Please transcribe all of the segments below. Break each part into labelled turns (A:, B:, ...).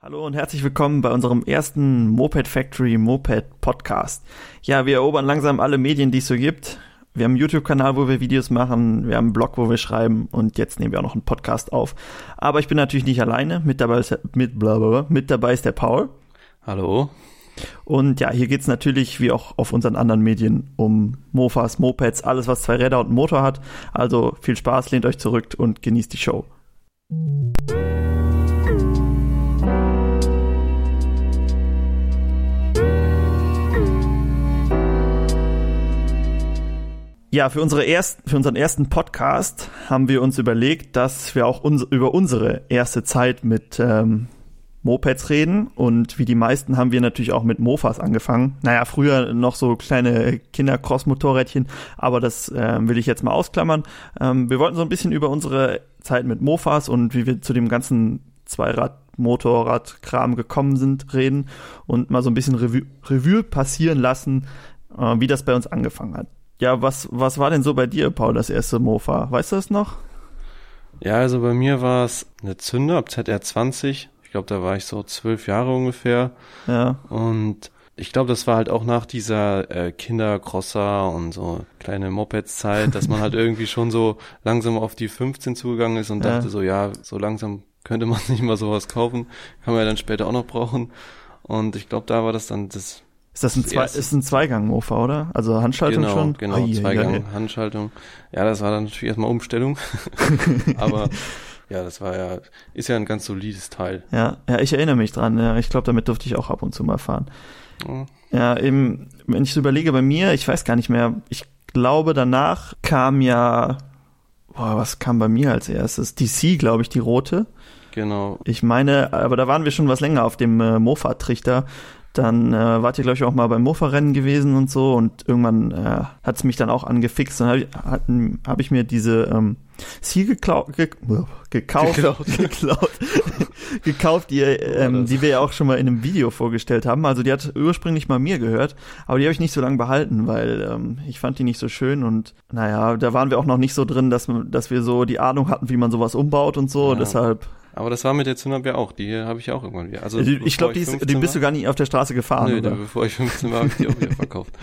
A: Hallo und herzlich willkommen bei unserem ersten Moped Factory Moped Podcast. Ja, wir erobern langsam alle Medien, die es so gibt. Wir haben einen YouTube-Kanal, wo wir Videos machen, wir haben einen Blog, wo wir schreiben und jetzt nehmen wir auch noch einen Podcast auf. Aber ich bin natürlich nicht alleine, mit dabei ist, mit, blablabla, mit dabei ist der Paul.
B: Hallo.
A: Und ja, hier geht's natürlich, wie auch auf unseren anderen Medien, um Mofas, Mopeds, alles, was zwei Räder und einen Motor hat. Also viel Spaß, lehnt euch zurück und genießt die Show. Ja, für, unsere ersten, für unseren ersten Podcast haben wir uns überlegt, dass wir auch uns, über unsere erste Zeit mit ähm, Mopeds reden. Und wie die meisten haben wir natürlich auch mit Mofas angefangen. Naja, früher noch so kleine Kinder-Cross-Motorrädchen, aber das ähm, will ich jetzt mal ausklammern. Ähm, wir wollten so ein bisschen über unsere Zeit mit Mofas und wie wir zu dem ganzen Zweirad- Motorrad-Kram gekommen sind, reden und mal so ein bisschen Revue, Revue passieren lassen, äh, wie das bei uns angefangen hat. Ja, was, was war denn so bei dir, Paul, das erste Mofa? Weißt du das noch?
B: Ja, also bei mir war es eine Zünde ab ZR20. Ich glaube, da war ich so zwölf Jahre ungefähr.
A: Ja.
B: Und ich glaube, das war halt auch nach dieser äh, Kindercrosser und so kleine Mopeds-Zeit, dass man halt irgendwie schon so langsam auf die 15 zugegangen ist und
A: Ja.
B: dachte so, ja, so langsam könnte man nicht mal sowas kaufen. Kann man ja dann später auch noch brauchen. Und ich glaube, da war das dann das
A: Ist das ein,
B: Das
A: Zwei,
B: erste.
A: ist ein Zweigang-Mofa, oder? Also Handschaltung
B: genau,
A: schon?
B: Genau,
A: Ei, ei,
B: Zweigang,
A: ei.
B: Handschaltung. Ja, das war dann natürlich erstmal Umstellung. Aber ja, das war ja, ist ja ein ganz solides Teil.
A: Ja, ja, ich erinnere mich dran. Ja, ich glaube, damit durfte ich auch ab und zu mal fahren.
B: Ja.
A: Ja, eben, wenn ich so überlege bei mir, ich weiß gar nicht mehr, ich glaube, danach kam ja, boah, was kam bei mir als erstes? DC, glaube ich, die rote.
B: Genau.
A: Ich meine, aber da waren wir schon was länger auf dem äh, Mofa-Trichter. Dann äh, wart ihr, glaube ich, auch mal beim Mofa-Rennen gewesen und so. Und irgendwann äh, hat es mich dann auch angefixt. Dann habe ich, hatten- hab ich mir diese ähm, Sie geklau ge gekauft,
B: Geklaut.
A: geklaut, gekauft, die, äh,
B: Boah,
A: ähm,
B: das-
A: die wir ja auch schon mal in einem Video vorgestellt haben. Also die hat ursprünglich mal mir gehört, aber die habe ich nicht so lange behalten, weil ähm, ich fand die nicht so schön und naja, da waren wir auch noch nicht so drin, dass, dass wir so die Ahnung hatten, wie man sowas umbaut und so.
B: Ja.
A: Deshalb
B: Aber das war mit der Zünder ja auch. Die habe ich ja auch irgendwann wieder. Also,
A: also,
B: bevor
A: ich glaube, die, ist- die
B: 15
A: bist du
B: war-
A: gar nicht auf der Straße gefahren,
B: Nö, da,
A: oder?
B: bevor ich 15 war, habe ich die auch wieder verkauft.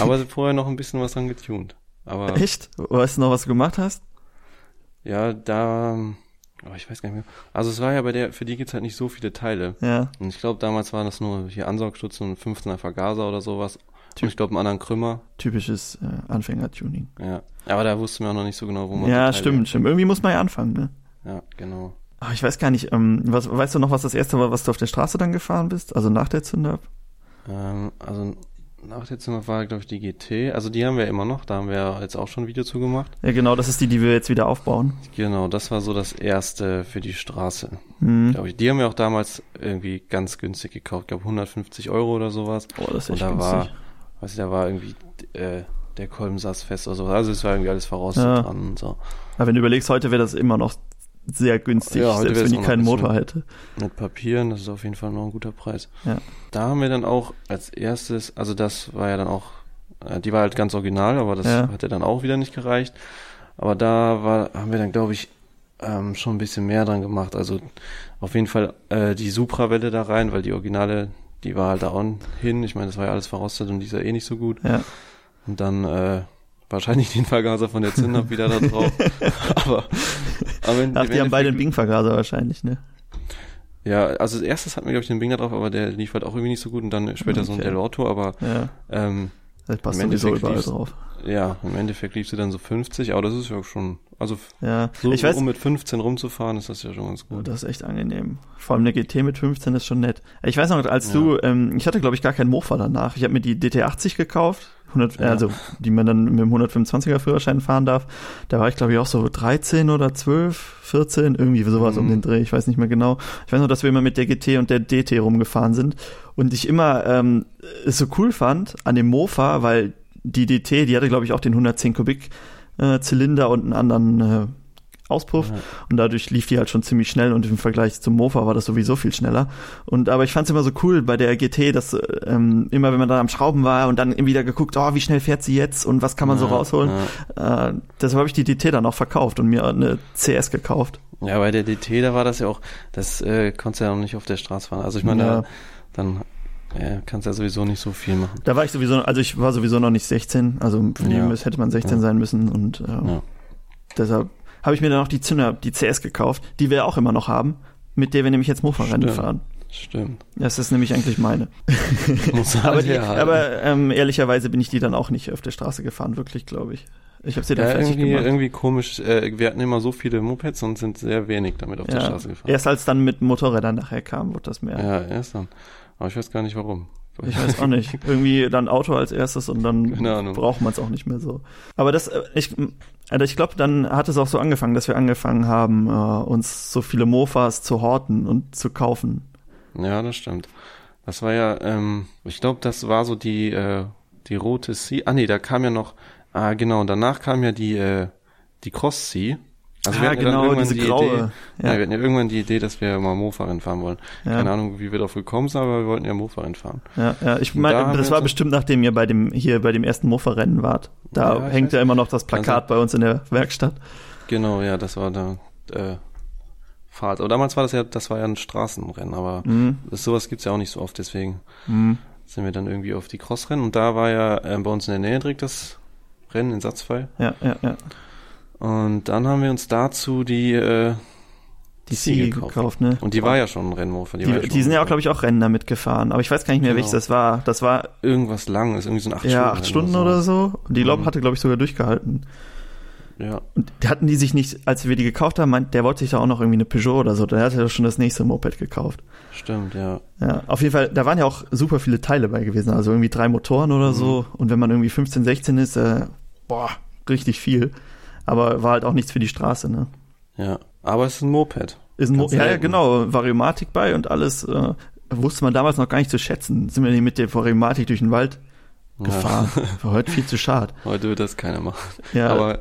B: Aber vorher noch ein bisschen was dran getuned. Aber
A: Echt? Weißt du noch, was du gemacht hast?
B: ja, da. Oh, ich weiß gar nicht mehr. Also es war ja bei der, für die gibt's halt nicht so viele Teile.
A: Ja.
B: Und ich glaube, damals waren das nur hier Ansaugstutzen und 15er Vergaser oder sowas. Und ich glaube, einen anderen Krümmer.
A: Typisches äh, Anfänger-Tuning.
B: Ja, aber da wussten wir auch noch nicht so genau, wo man
A: Ja,
B: die Teile-
A: stimmt, stimmt. Irgendwie muss man ja anfangen, ne?
B: Ja, genau.
A: Ach, ich weiß gar nicht, ähm, was, weißt du noch, was das erste war, was du auf der Straße dann gefahren bist? Also nach der Zünder?
B: Ähm, also nach der Zimmer war, glaube ich, die GT. Also die haben wir immer noch. Da haben wir jetzt auch schon ein Video zu gemacht.
A: Ja, genau, das ist die, die wir jetzt wieder aufbauen.
B: Genau, das war so das erste für die Straße,
A: Hm.
B: glaube ich. Die haben wir auch damals irgendwie ganz günstig gekauft. Ich glaube 150 Euro oder sowas.
A: Oh, das ist
B: Und
A: echt
B: da
A: günstig.
B: war, weiß ich, da war irgendwie äh, der Kolben saß fest oder sowas. Also es war irgendwie alles voraus
A: Ja.
B: dran und so.
A: Aber wenn du überlegst, heute wäre das immer noch sehr günstig,
B: Ja,
A: selbst
B: heute wär's
A: wenn die
B: noch mal
A: keinen
B: ein bisschen-
A: Motor hätte.
B: Mit Papieren, das ist auf jeden Fall noch ein guter Preis.
A: Ja.
B: Da haben wir dann auch als erstes, also das war ja dann auch, äh, die war halt ganz original, aber das
A: Ja.
B: hat ja dann auch wieder nicht gereicht. Aber da war, haben wir dann, glaube ich, ähm, schon ein bisschen mehr dran gemacht. Also auf jeden Fall äh, die Supra-Welle da rein, weil die Originale, die war halt da auch hin. Ich meine, das war ja alles verrostet und die ist ja eh nicht so gut.
A: Ja.
B: Und dann äh, wahrscheinlich den Vergaser von der Zinder wieder da drauf. aber, aber in,
A: Ach,
B: im
A: die haben beide
B: Endeffekt-
A: einen Bing-Vergaser wahrscheinlich, ne?
B: ja, also als erstes hatten wir, glaube ich, den Binger drauf, aber der lief halt auch irgendwie nicht so gut und dann später so ein
A: Okay.
B: Del Orto, aber
A: Ja.
B: ähm,
A: Das passt
B: Im
A: sowieso
B: Endeffekt
A: überall
B: lief's-
A: drauf.
B: ja, im Endeffekt lief sie dann so 50, aber das ist ja schon, also f-
A: Ja.
B: so
A: ich weiß,
B: um mit 15 rumzufahren, ist das ja schon ganz
A: Oh,
B: gut.
A: das ist echt angenehm. Vor allem eine GT mit 15 ist schon nett. Ich weiß noch, als
B: Ja.
A: du, ähm, ich hatte glaube ich gar keinen Mofa danach. Ich habe mir die DT80 gekauft, 100, äh,
B: Ja.
A: also die man dann mit dem 125er Führerschein fahren darf. Da war ich glaube ich auch so 13 oder 12, 14, irgendwie sowas
B: Mhm.
A: um den Dreh. Ich weiß nicht mehr genau. Ich weiß noch, dass wir immer mit der GT und der DT rumgefahren sind und ich immer ähm, es so cool fand an dem Mofa, weil die DT, die hatte glaube ich auch den 110 Kubik äh, Zylinder und einen anderen äh, Auspuff und dadurch lief die halt schon ziemlich schnell und im Vergleich zum Mofa war das sowieso viel schneller. Und aber ich fand's immer so cool bei der GT, dass ähm, immer wenn man da am Schrauben war und dann wieder geguckt, oh, wie schnell fährt sie jetzt und was kann man so
B: Ja,
A: rausholen. Äh, deshalb habe ich die GT dann auch verkauft und mir eine CS gekauft.
B: Ja, bei der DT, da war das ja auch, das äh, konntest du ja noch nicht auf der Straße fahren. Also ich meine,
A: Ja.
B: da, dann äh, kannst du ja sowieso nicht so viel machen.
A: Da war ich sowieso, also ich war sowieso noch nicht 16, also von
B: Ja.
A: dem ist, hätte man 16
B: Ja.
A: sein müssen und äh,
B: Ja.
A: deshalb habe ich mir dann auch die Zünder, die CS gekauft, die wir auch immer noch haben, mit der wir nämlich jetzt Mofa-Rennen
B: Stimmt.
A: fahren.
B: Stimmt.
A: Das ist nämlich eigentlich meine.
B: Muss halt
A: Aber, die,
B: herhalten.
A: aber ähm, ehrlicherweise bin ich die dann auch nicht auf der Straße gefahren, wirklich, glaube ich. Ich habe sie dann
B: ja,
A: fertig
B: irgendwie,
A: gemacht.
B: irgendwie komisch. Äh, wir hatten immer so viele Mopeds und sind sehr wenig damit auf der
A: ja.
B: Straße gefahren.
A: Erst als dann mit Motorrädern nachher kam, wurde das mehr.
B: Ja, erst dann. Aber ich weiß gar nicht warum.
A: Ich weiß auch nicht. Irgendwie dann Auto als erstes und dann
B: Keine Ahnung.
A: braucht man es auch nicht mehr so. Aber das, äh, ich, m, also ich glaube, dann hat es auch so angefangen, dass wir angefangen haben, äh, uns so viele Mofas zu horten und zu kaufen.
B: Ja, das stimmt. Das war ja, ähm, ich glaube, das war so die, äh, die rote Sea. Ah nee, da kam ja noch, ah genau, danach kam ja die, äh, die Cross Sea.
A: Ah,
B: Also hatten ja dann irgendwann Idee, ja.
A: Ja,
B: wir hatten ja irgendwann die Idee, dass wir mal Mofa-Rennen fahren wollen. Keine
A: ja,
B: Ahnung, wie wir darauf gekommen sind, aber wir wollten ja Mofa-Rennen fahren.
A: ja, ja. Ich
B: Und da haben
A: meine,
B: wir
A: das war
B: uns-
A: bestimmt, nachdem ihr bei dem hier bei dem ersten Mofa-Rennen wart. Da
B: Ja, ich
A: hängt
B: weiß.
A: ja immer noch das Plakat bei uns in der Werkstatt.
B: Genau, ja, das war da äh, Fahrt. Aber damals war das ja, das war ja ein Straßenrennen, aber
A: Mhm.
B: das, sowas gibt's ja auch nicht so oft, deswegen
A: Mhm.
B: sind wir dann irgendwie auf die Crossrennen und da war ja äh, bei uns in der Nähe direkt das Rennen in Satzfall.
A: Ja, ja, ja.
B: Und dann haben wir uns dazu die äh,
A: Die Sie gekauft, ne?
B: Und die war ja schon ein Rennmofa.
A: Die,
B: war
A: die,
B: schon
A: sind ja auch, glaube ich, auch Rennen damit gefahren. Aber ich weiß gar nicht mehr,
B: Genau.
A: welches das war. Das war
B: irgendwas lang, ist irgendwie so ein 8
A: ja acht Stunden oder so. Und die Lob
B: Mhm.
A: hatte, glaube ich, sogar durchgehalten.
B: Ja,
A: Und hatten die sich nicht, als wir die gekauft haben, meint, der wollte sich da auch noch irgendwie eine Peugeot oder so. Der hatte ja schon das nächste Moped gekauft.
B: stimmt, ja.
A: Ja, auf jeden Fall, da waren ja auch super viele Teile bei gewesen. Also irgendwie drei Motoren oder so.
B: Mhm.
A: Und wenn man irgendwie 15, 16 ist, äh, boah, richtig viel. Aber war halt auch nichts für die Straße, ne?
B: Ja. Aber es ist ein Moped.
A: Ist ein Mo
B: Ganz
A: ja, ja,
B: selten.
A: genau. Variomatik bei und alles. Äh, wusste man damals noch gar nicht zu schätzen. Sind wir nicht mit der Variomatik durch den Wald gefahren? War heute viel zu schad.
B: Ja, heute wird das keiner machen.
A: Ja,
B: Aber,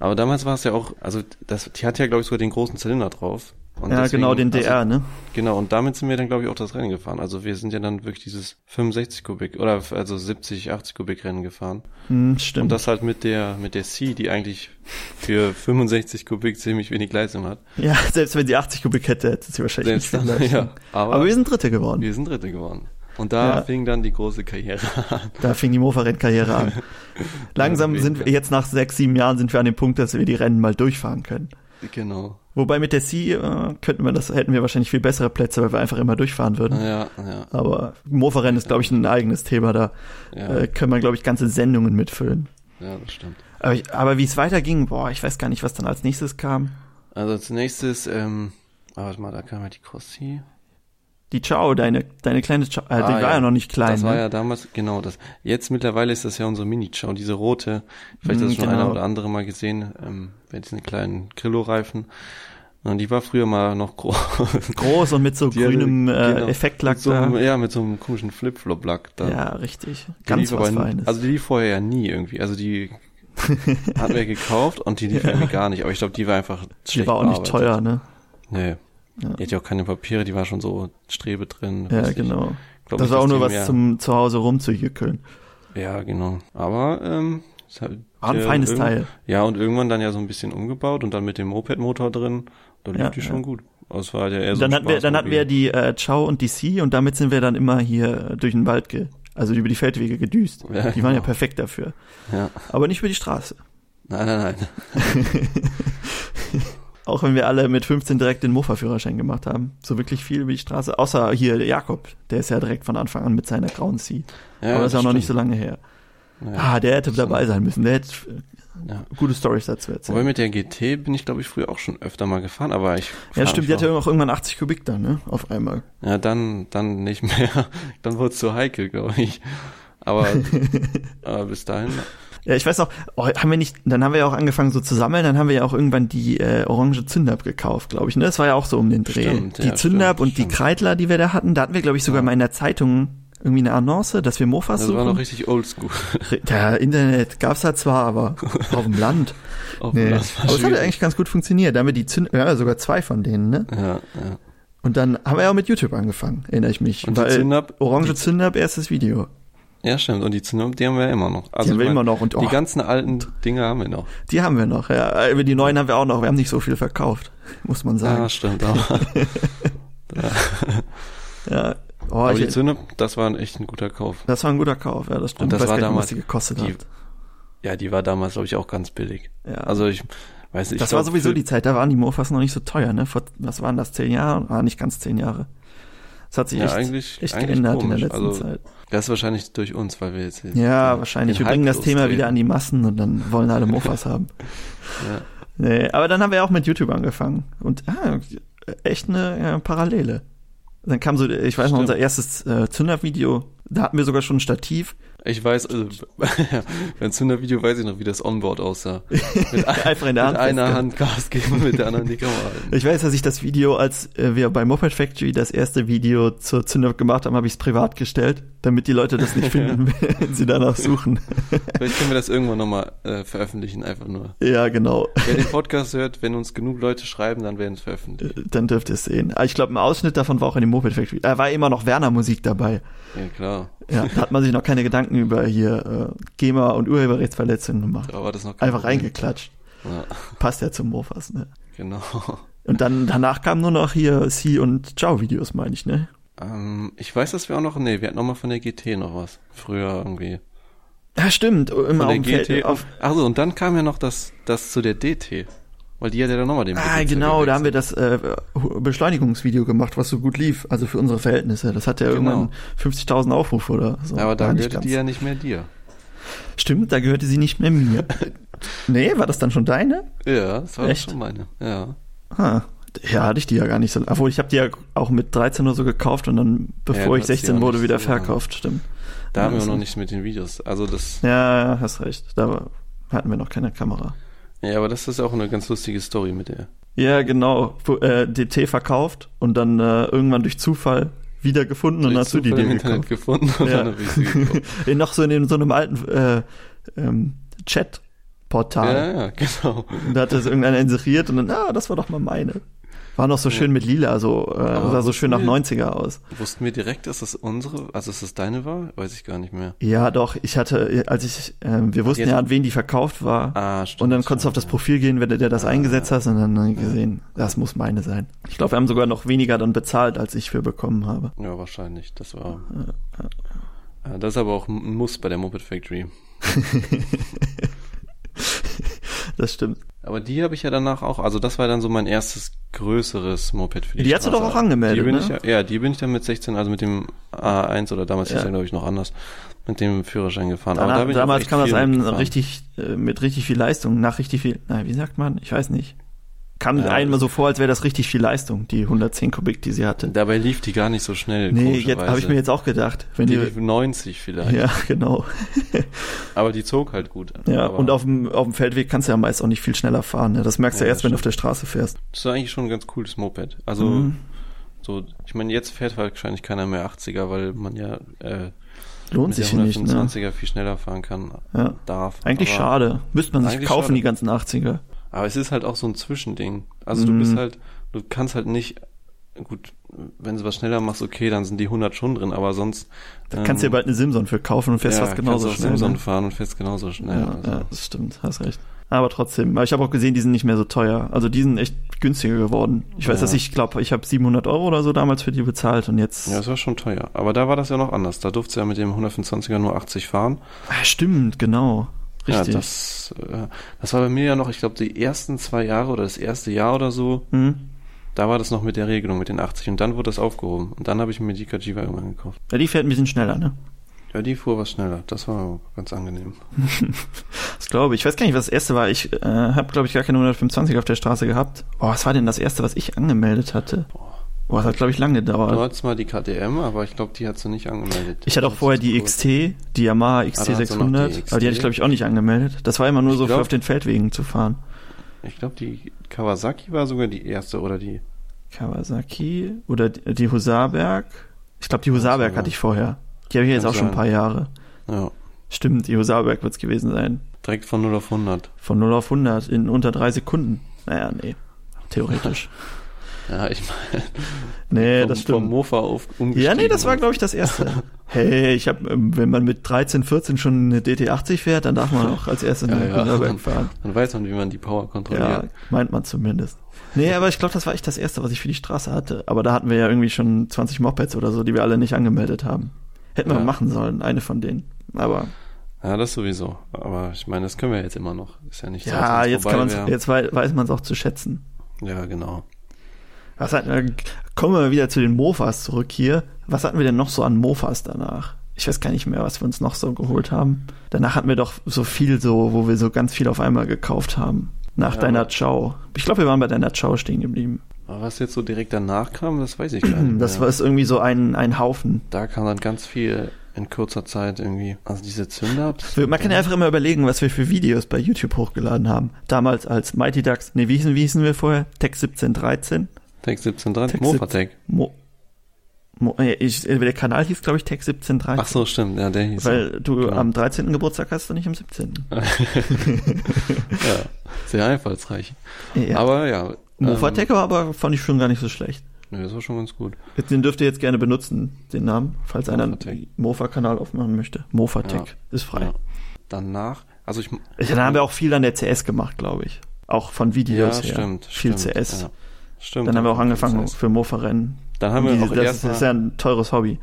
B: aber damals war es ja auch, also das, die hat ja, glaube ich, sogar den großen Zylinder drauf. Und
A: ja
B: deswegen-
A: genau, den DR, ne?
B: Also, genau, und damit sind wir dann, glaube ich, auch das Rennen gefahren. Also wir sind ja dann wirklich dieses 65 Kubik oder also 70, 80 Kubik Rennen gefahren.
A: Hm,
B: Und
A: stimmt.
B: das halt mit der mit der C, die eigentlich für 65 Kubik ziemlich wenig Leistung hat.
A: ja, selbst wenn sie 80 Kubik hätte, hätte sie wahrscheinlich nicht
B: Selbst
A: viel
B: dann,
A: Leistung.
B: ja, aber,
A: Aber, wir sind Dritte geworden.
B: wir sind Dritte geworden. Und da
A: Ja.
B: fing dann die große Karriere an.
A: Da fing die Mofa-Rennkarriere an. Langsam sind wir, jetzt nach sechs, sieben Jahren sind wir an dem Punkt, dass wir die Rennen mal durchfahren können.
B: Genau.
A: Wobei mit der C äh, könnten wir das, hätten wir wahrscheinlich viel bessere Plätze, weil wir einfach immer durchfahren würden.
B: Ja, ja,
A: Aber Mofa-Rennen ist, glaube ich, ein eigenes Thema. Da
B: ja,
A: äh, können wir, glaube ich, ganze Sendungen mitfüllen.
B: ja, das stimmt.
A: Aber, ich, aber wie es weiterging, boah, ich weiß gar nicht, was dann als nächstes kam.
B: Also als nächstes, ähm, ah, warte mal, da kam ja die Crossi.
A: Die Ciao, deine, deine kleine Ciao, äh, die
B: Ah,
A: war ja.
B: ja.
A: noch nicht klein.
B: das war
A: ne?
B: ja damals, genau das. Jetzt mittlerweile ist das ja unsere Mini-Show, diese rote. Vielleicht hat
A: Mm,
B: das schon
A: genau.
B: einer oder andere mal gesehen, ähm, mit diesen kleinen Grillo-Reifen. Und die war früher mal noch groß.
A: Groß und mit so
B: Die hatte-
A: grünem äh,
B: genau.
A: Effektlack
B: Mit so
A: da.
B: einem, ja, mit so einem komischen Flip-Flop-Lack da.
A: Ja, richtig.
B: Die
A: Ganz
B: lief
A: was
B: aber-
A: Feines.
B: Also die lief vorher ja nie irgendwie. Also die hatten wir gekauft und die lief irgendwie gar nicht. Aber ich glaube, die war einfach schlecht
A: die war auch nicht teuer,
B: bearbeitet.
A: ne?
B: Nee.
A: Ja.
B: Die hat ja auch keine Papiere, die war schon so Strebe drin.
A: Ja,
B: weiß ich.
A: genau.
B: Glaub
A: das
B: nicht,
A: war auch
B: dass
A: nur
B: die
A: was
B: mehr-
A: zum zu Hause rumzuhickeln.
B: Ja, genau. Aber ähm, es hat-
A: War ein
B: äh,
A: feines
B: irgend-
A: Teil.
B: Ja, und irgendwann dann ja so ein bisschen umgebaut und dann mit dem Moped-Motor drin. Da lief
A: Ja,
B: die
A: ja.
B: schon gut. Also es war ja eher so
A: dann,
B: ein
A: hatten wir, dann hatten wir
B: Spaßmobil.
A: die äh, Ciao und die C und damit sind wir dann immer hier äh, durch den Wald, ge also über die Feldwege gedüst.
B: Ja,
A: die waren ja
B: genau.
A: perfekt dafür.
B: Ja.
A: Aber nicht über die Straße.
B: Nein, nein, nein.
A: Auch wenn wir alle mit 15 direkt den Mofa-Führerschein gemacht haben. So wirklich viel über die Straße. Außer hier der Jakob, der ist ja direkt von Anfang an mit seiner grauen C.
B: Ja,
A: Aber das ist ja auch noch nicht so lange her.
B: lange.
A: Ah, der hätte dabei sein müssen. Der hätte äh,
B: Ja.
A: gute Storys dazu
B: Wobei
A: erzählt.
B: mit der GT bin ich, glaube ich, früher auch schon öfter mal gefahren, aber ich.
A: Ja,
B: frag
A: stimmt,
B: mich,
A: die hatte
B: warum-
A: auch irgendwann 80 Kubik dann, ne? Auf einmal.
B: Ja, dann, dann nicht mehr. Dann wurde es zu heikel, glaube ich. Aber, aber bis dahin.
A: Ja, ich weiß noch, oh, haben wir nicht, dann haben wir ja auch angefangen so zu sammeln, dann haben wir ja auch irgendwann die äh, orange Zündab gekauft, glaube ich, ne? Das war ja auch so um den Dreh.
B: Stimmt,
A: die
B: ja,
A: Zündab
B: stimmt,
A: und die
B: stimmt.
A: Kreidler, die wir da hatten, da hatten wir glaube ich sogar
B: Ja.
A: mal in der Zeitung irgendwie eine Annonce, dass wir Mofas
B: Das
A: suchen?
B: war noch richtig oldschool.
A: Ja, Internet gab's da zwar, aber auf dem Land.
B: Auf dem
A: Nee.
B: Land
A: Aber es
B: war
A: hat ja
B: schwierig.
A: eigentlich ganz gut funktioniert. Da haben wir die Zünd ja, sogar zwei von denen, ne?
B: Ja, ja.
A: Und dann haben wir ja auch mit YouTube angefangen, erinnere ich mich.
B: Und die Zündab,
A: Orange Zündab, erstes Video.
B: ja stimmt, und die Zündab, die haben wir ja immer noch. Also
A: Die haben wir
B: ich mein,
A: immer noch. Und
B: Die
A: oh,
B: ganzen alten Dinge haben wir noch.
A: die haben wir noch. Ja, Äh, die neuen haben wir auch noch. Wir haben nicht so viel verkauft, muss man
B: Ja,
A: sagen.
B: stimmt. Aber,
A: Ja. Oh,
B: aber die
A: ich,
B: Zündab, das war ein echt ein guter Kauf.
A: das war ein guter Kauf, ja, das stimmt.
B: Und das
A: ich weiß
B: war
A: gar nicht, was
B: damals
A: die gekostet
B: die-
A: hat.
B: Ja, die war damals, glaube ich, auch ganz billig.
A: Ja.
B: Also ich weiß nicht.
A: das war sowieso die Zeit, da waren die Mofas noch nicht so teuer, ne? Vor, was waren das, zehn Jahre? Ah, nicht ganz zehn Jahre. Das hat sich
B: Ja,
A: echt,
B: eigentlich-
A: echt
B: eigentlich
A: geändert in der
B: komisch.
A: letzten
B: Also,
A: Zeit.
B: Das ist wahrscheinlich durch uns, weil wir jetzt. jetzt
A: Ja,
B: den-
A: wahrscheinlich.
B: den
A: Wir bringen
B: Hype
A: das Thema
B: lostreten.
A: wieder an die Massen und dann wollen alle Mofas haben.
B: Ja.
A: Nee, aber dann haben wir auch mit YouTube angefangen. Und ah, echt eine ja, Parallele. Dann kam so, ich weiß noch,
B: Stimmt.
A: unser erstes äh, Zünder-Video. Da hatten wir sogar schon ein Stativ.
B: Ich weiß, also, beim Zünder-Video weiß ich noch, wie das Onboard aussah. Mit, ein-
A: Einfach in
B: mit
A: der Hand.
B: einer
A: festgehalten.
B: Hand Gas geben, mit der anderen die Kamera halten.
A: Ich weiß, dass ich das Video, als äh, wir bei Moped Factory das erste Video zur Zünder gemacht haben, habe ich es privat gestellt, damit die Leute das nicht finden, wenn sie danach suchen.
B: Vielleicht können wir das irgendwann nochmal äh, veröffentlichen, einfach nur.
A: Ja, genau.
B: Wer den Podcast hört, wenn uns genug Leute schreiben, dann werden es veröffentlicht.
A: Dann dürft ihr es sehen. Aber ich glaube, ein Ausschnitt davon war auch in dem Moped Factory. Da war immer noch Werner Musik dabei.
B: Ja, klar.
A: Ja, da hat man sich noch keine Gedanken über hier äh, GEMA und Urheberrechtsverletzungen gemacht.
B: Da war das noch kein
A: Einfach
B: Problem.
A: reingeklatscht.
B: Ja,
A: Passt ja zum Mofas, ne?
B: genau.
A: Und dann danach kamen nur noch hier Sie und Ciao Videos, meine ich, ne?
B: Ähm, ich weiß, dass wir auch noch, nee, wir hatten noch mal von der GT noch was. Früher irgendwie.
A: Ja, stimmt. Immer auf
B: Von
A: dem
B: der
A: Feld.
B: GT.
A: Auf,
B: Achso, und dann kam ja noch das, das zu der DT. Weil die hat ja dann nochmal den
A: ah, genau, da haben wir das äh, Beschleunigungsvideo gemacht, was so gut lief. Also für unsere Verhältnisse. Das hat ja
B: Genau.
A: irgendwann 50.000 Aufrufe oder so.
B: Aber da
A: War nicht
B: gehörte die
A: ganz.
B: ja nicht mehr dir.
A: Stimmt, da gehörte sie nicht mehr mir. nee, war das dann schon deine?
B: Ja, das war
A: Echt?
B: schon meine. Ja.
A: Ah, ja, hatte ich die ja gar nicht so. Obwohl, ich habe die ja auch mit 13 oder so gekauft und dann,
B: Ja,
A: bevor
B: du
A: ich
B: hast die
A: 16
B: auch
A: wurde,
B: nicht
A: wieder
B: so lange.
A: verkauft. Stimmt.
B: Da haben wir
A: Also-
B: noch nicht mit den Videos. Also das.
A: Ja, ja, hast recht. Da war- hatten wir noch keine Kamera.
B: Ja, aber das ist auch eine ganz lustige Story mit der.
A: Ja, genau. Wo, Äh, DT verkauft und dann äh, irgendwann durch Zufall wieder gefunden und
B: Durch
A: hast du die
B: Zufall
A: dir
B: im Internet
A: gekauft.
B: gefunden und
A: Ja.
B: dann habe ich sie gekauft.
A: In noch so in dem- so einem alten äh, ähm, Chat-Portal.
B: ja, ja, genau.
A: Und Da hat das irgendeiner inseriert und dann, ah, das war doch mal meine. War noch so schön mit lila, so äh,
B: Aber
A: sah so schön nach
B: Ah, cool.
A: 90er aus.
B: Wussten wir direkt, dass das unsere, also dass das deine war? Weiß ich gar nicht mehr.
A: Ja, doch, ich hatte, als ich, ähm, wir wussten
B: Jetzt-
A: ja, an wen die verkauft war.
B: Ah, stimmt. Ah.
A: Und dann konntest du auf das Profil gehen, wenn du dir das eingesetzt hast und dann äh, gesehen, das muss meine sein. Ich glaube, wir haben sogar noch weniger dann bezahlt, als ich für bekommen habe.
B: Ja, wahrscheinlich. Das war. Äh, Das ist aber auch ein Muss bei der Moped Factory.
A: Das stimmt.
B: Aber die habe ich ja danach auch, also das war dann so mein erstes größeres Moped für die
A: Die hast du
B: Straße.
A: doch auch angemeldet,
B: die bin
A: ne?
B: ich, ja- ja, die bin ich dann mit 16, also mit dem A1 oder damals
A: Ja.
B: hieß ja. glaube ich noch anders, mit dem Führerschein gefahren.
A: Danach,
B: aber da bin
A: damals
B: ich auch echt
A: kam das
B: viel
A: einem
B: mitgefahren.
A: richtig äh, mit richtig viel Leistung, nach richtig viel, na, wie sagt man? Ich weiß nicht. Kam
B: Ja.
A: einem so vor, als wäre das richtig viel Leistung, die 110 Kubik, die sie hatte.
B: Dabei lief die gar nicht so schnell.
A: Nee, jetzt
B: komischerweise.
A: habe ich mir jetzt auch gedacht, wenn
B: die
A: die,
B: lief 90 vielleicht,
A: ja, genau.
B: aber die zog halt gut.
A: Ja,
B: aber
A: und auf dem, auf dem Feldweg kannst du ja meist auch nicht viel schneller fahren. Ne? Das merkst du
B: Ja,
A: ja erst,
B: das
A: wenn du auf der Straße fährst.
B: das war eigentlich schon ein ganz cooles Moped. Also
A: Mhm.
B: so, ich meine, jetzt fährt halt wahrscheinlich keiner mehr 80er, weil man ja äh,
A: Lohnt
B: mit der
A: sich nicht. Ne?
B: 125er viel schneller fahren kann,
A: Ja.
B: darf.
A: Eigentlich
B: aber-
A: schade. Müsste man sich
B: Eigentlich
A: kaufen,
B: schade.
A: die ganzen 80er.
B: Aber es ist halt auch so ein Zwischending. Also du
A: Mhm.
B: bist halt, du kannst halt nicht, gut, wenn du was schneller machst, okay, dann sind die 100 schon drin, aber sonst. ähm,
A: Da kannst du dir bald eine Simson für kaufen und fährst fast genauso
B: kannst
A: schnell.
B: Simson
A: ne?
B: fahren und fährst genauso
A: ja,
B: schnell. also.
A: ja, das stimmt, hast recht. Aber trotzdem, aber ich habe auch gesehen, die sind nicht mehr so teuer. Also die sind echt günstiger geworden. Ich weiß,
B: Ja.
A: dass ich glaube, ich habe 700 Euro oder so damals für die bezahlt und jetzt.
B: Ja, das war schon teuer. Aber da war das ja noch anders. Da durfte ja mit dem 125er nur 80 fahren.
A: Ah, stimmt, genau. Richtig.
B: Ja, das, äh, das war bei mir ja noch, ich glaube, die ersten zwei Jahre oder das erste Jahr oder so,
A: hm?
B: da war das noch mit der Regelung mit den 80 und dann wurde das aufgehoben. Und dann habe ich mir die Kajiva irgendwann gekauft.
A: ja, die fährt ein bisschen schneller, ne?
B: Ja, die fuhr was schneller. Das war ganz angenehm.
A: Das glaube ich. Ich weiß gar nicht, was das erste war. Ich äh, habe, glaube ich, gar keine 125 auf der Straße gehabt. Boah, was war denn das erste, was ich angemeldet hatte? Boah, das hat, glaube ich, lange gedauert.
B: Du hattest mal die KTM, aber ich glaube, die hat sie nicht angemeldet.
A: Ich hatte auch vorher die
B: Kurz.
A: XT, die Yamaha
B: Ah, da hast du noch die
A: XT600,
B: XT.
A: aber die hatte ich glaube ich auch nicht angemeldet. Das war immer nur
B: Ich
A: so
B: glaub-
A: für auf den Feldwegen zu fahren.
B: Ich glaube, die Kawasaki war sogar die erste oder die.
A: Kawasaki oder die die Husarberg. Ich glaube die Husarberg
B: Ja.
A: hatte ich vorher. Die habe ich jetzt
B: Kann
A: auch schon ein
B: sein.
A: paar Jahre.
B: Ja.
A: Stimmt, Josaberg wird es gewesen sein.
B: Direkt von 0 auf 100.
A: Von 0 auf 100 in unter drei Sekunden. Naja, nee. Theoretisch.
B: Ja, ich meine,
A: Nee,
B: vom,
A: das
B: vom
A: stimmt.
B: Mofa auf umgestiegen.
A: Ja, nee, das war, glaube ich, das erste. Hey, ich habe, wenn man mit 13, 14 schon eine DT80 fährt, dann darf man auch als erstes
B: Ja,
A: eine
B: ja.
A: Josaberg fahren.
B: Dann weiß man, wie man die Power
A: Ja,
B: kontrolliert.
A: meint man zumindest. Nee, aber ich glaube, das war echt das erste, was ich für die Straße hatte. Aber da hatten wir ja irgendwie schon 20 Mopeds oder so, die wir alle nicht angemeldet haben. Hätten wir
B: Ja.
A: machen sollen, eine von denen. Aber
B: Ja, das sowieso. Aber ich meine, das können wir jetzt immer noch. Ist ja nicht als
A: ja,
B: wenn's
A: jetzt
B: vorbei
A: kann man's,
B: wär.
A: jetzt wei- weiß man es auch zu schätzen.
B: Ja, genau.
A: Was hatten wir, kommen wir wieder zu den Mofas zurück hier. Was hatten wir denn noch so an Mofas danach? Ich weiß gar nicht mehr, was wir uns noch so geholt haben. Danach hatten wir doch so viel so, wo wir so ganz viel auf einmal gekauft haben. Nach
B: Ja.
A: deiner Ciao. Ich glaube, wir waren bei deiner Ciao stehen geblieben.
B: Aber was jetzt so direkt danach kam, das weiß ich gar nicht.
A: Das
B: mehr.
A: war ist irgendwie so ein, ein Haufen.
B: Da kam dann ganz viel in kurzer Zeit irgendwie. Also diese Zünder-Ups.
A: Wir- Man kann ja einfach immer überlegen, was wir für Videos bei YouTube hochgeladen haben. Damals als Mighty Ducks, nee, wie hießen, wie hießen wir vorher? Tech 1713?
B: Tech 17 dran,
A: Tech
B: Mofa-Tech.
A: Mo, Mo, äh, ich, der Kanal hieß, glaube ich, Tech 1713.
B: Ach so, stimmt, ja, der hieß.
A: Weil du
B: Genau.
A: am 13. Geburtstag hast und nicht am 17.
B: ja, sehr einfallsreich.
A: Ja.
B: Aber ähm, ja.
A: Mofatec war aber fand ich schon gar nicht so schlecht.
B: Ähm, nö, das war schon ganz gut.
A: Jetzt, den dürft ihr jetzt gerne benutzen, den Namen, falls einer einen
B: Mofatec.
A: Mofa-Kanal aufmachen möchte. Mofatec
B: Ja.
A: ist frei.
B: Ja. Danach, also ich.
A: Ich, dann haben wir auch viel an der CS gemacht, glaube ich. Auch von Videos
B: ja,
A: her.
B: stimmt.
A: Viel
B: stimmt,
A: CS.
B: Ja. Stimmt.
A: Dann haben wir auch
B: ja,
A: angefangen
B: CS.
A: für Mofa-Rennen.
B: Dann haben wir
A: Die-
B: auch
A: Das ist ja
B: erstmal.
A: ein teures Hobby.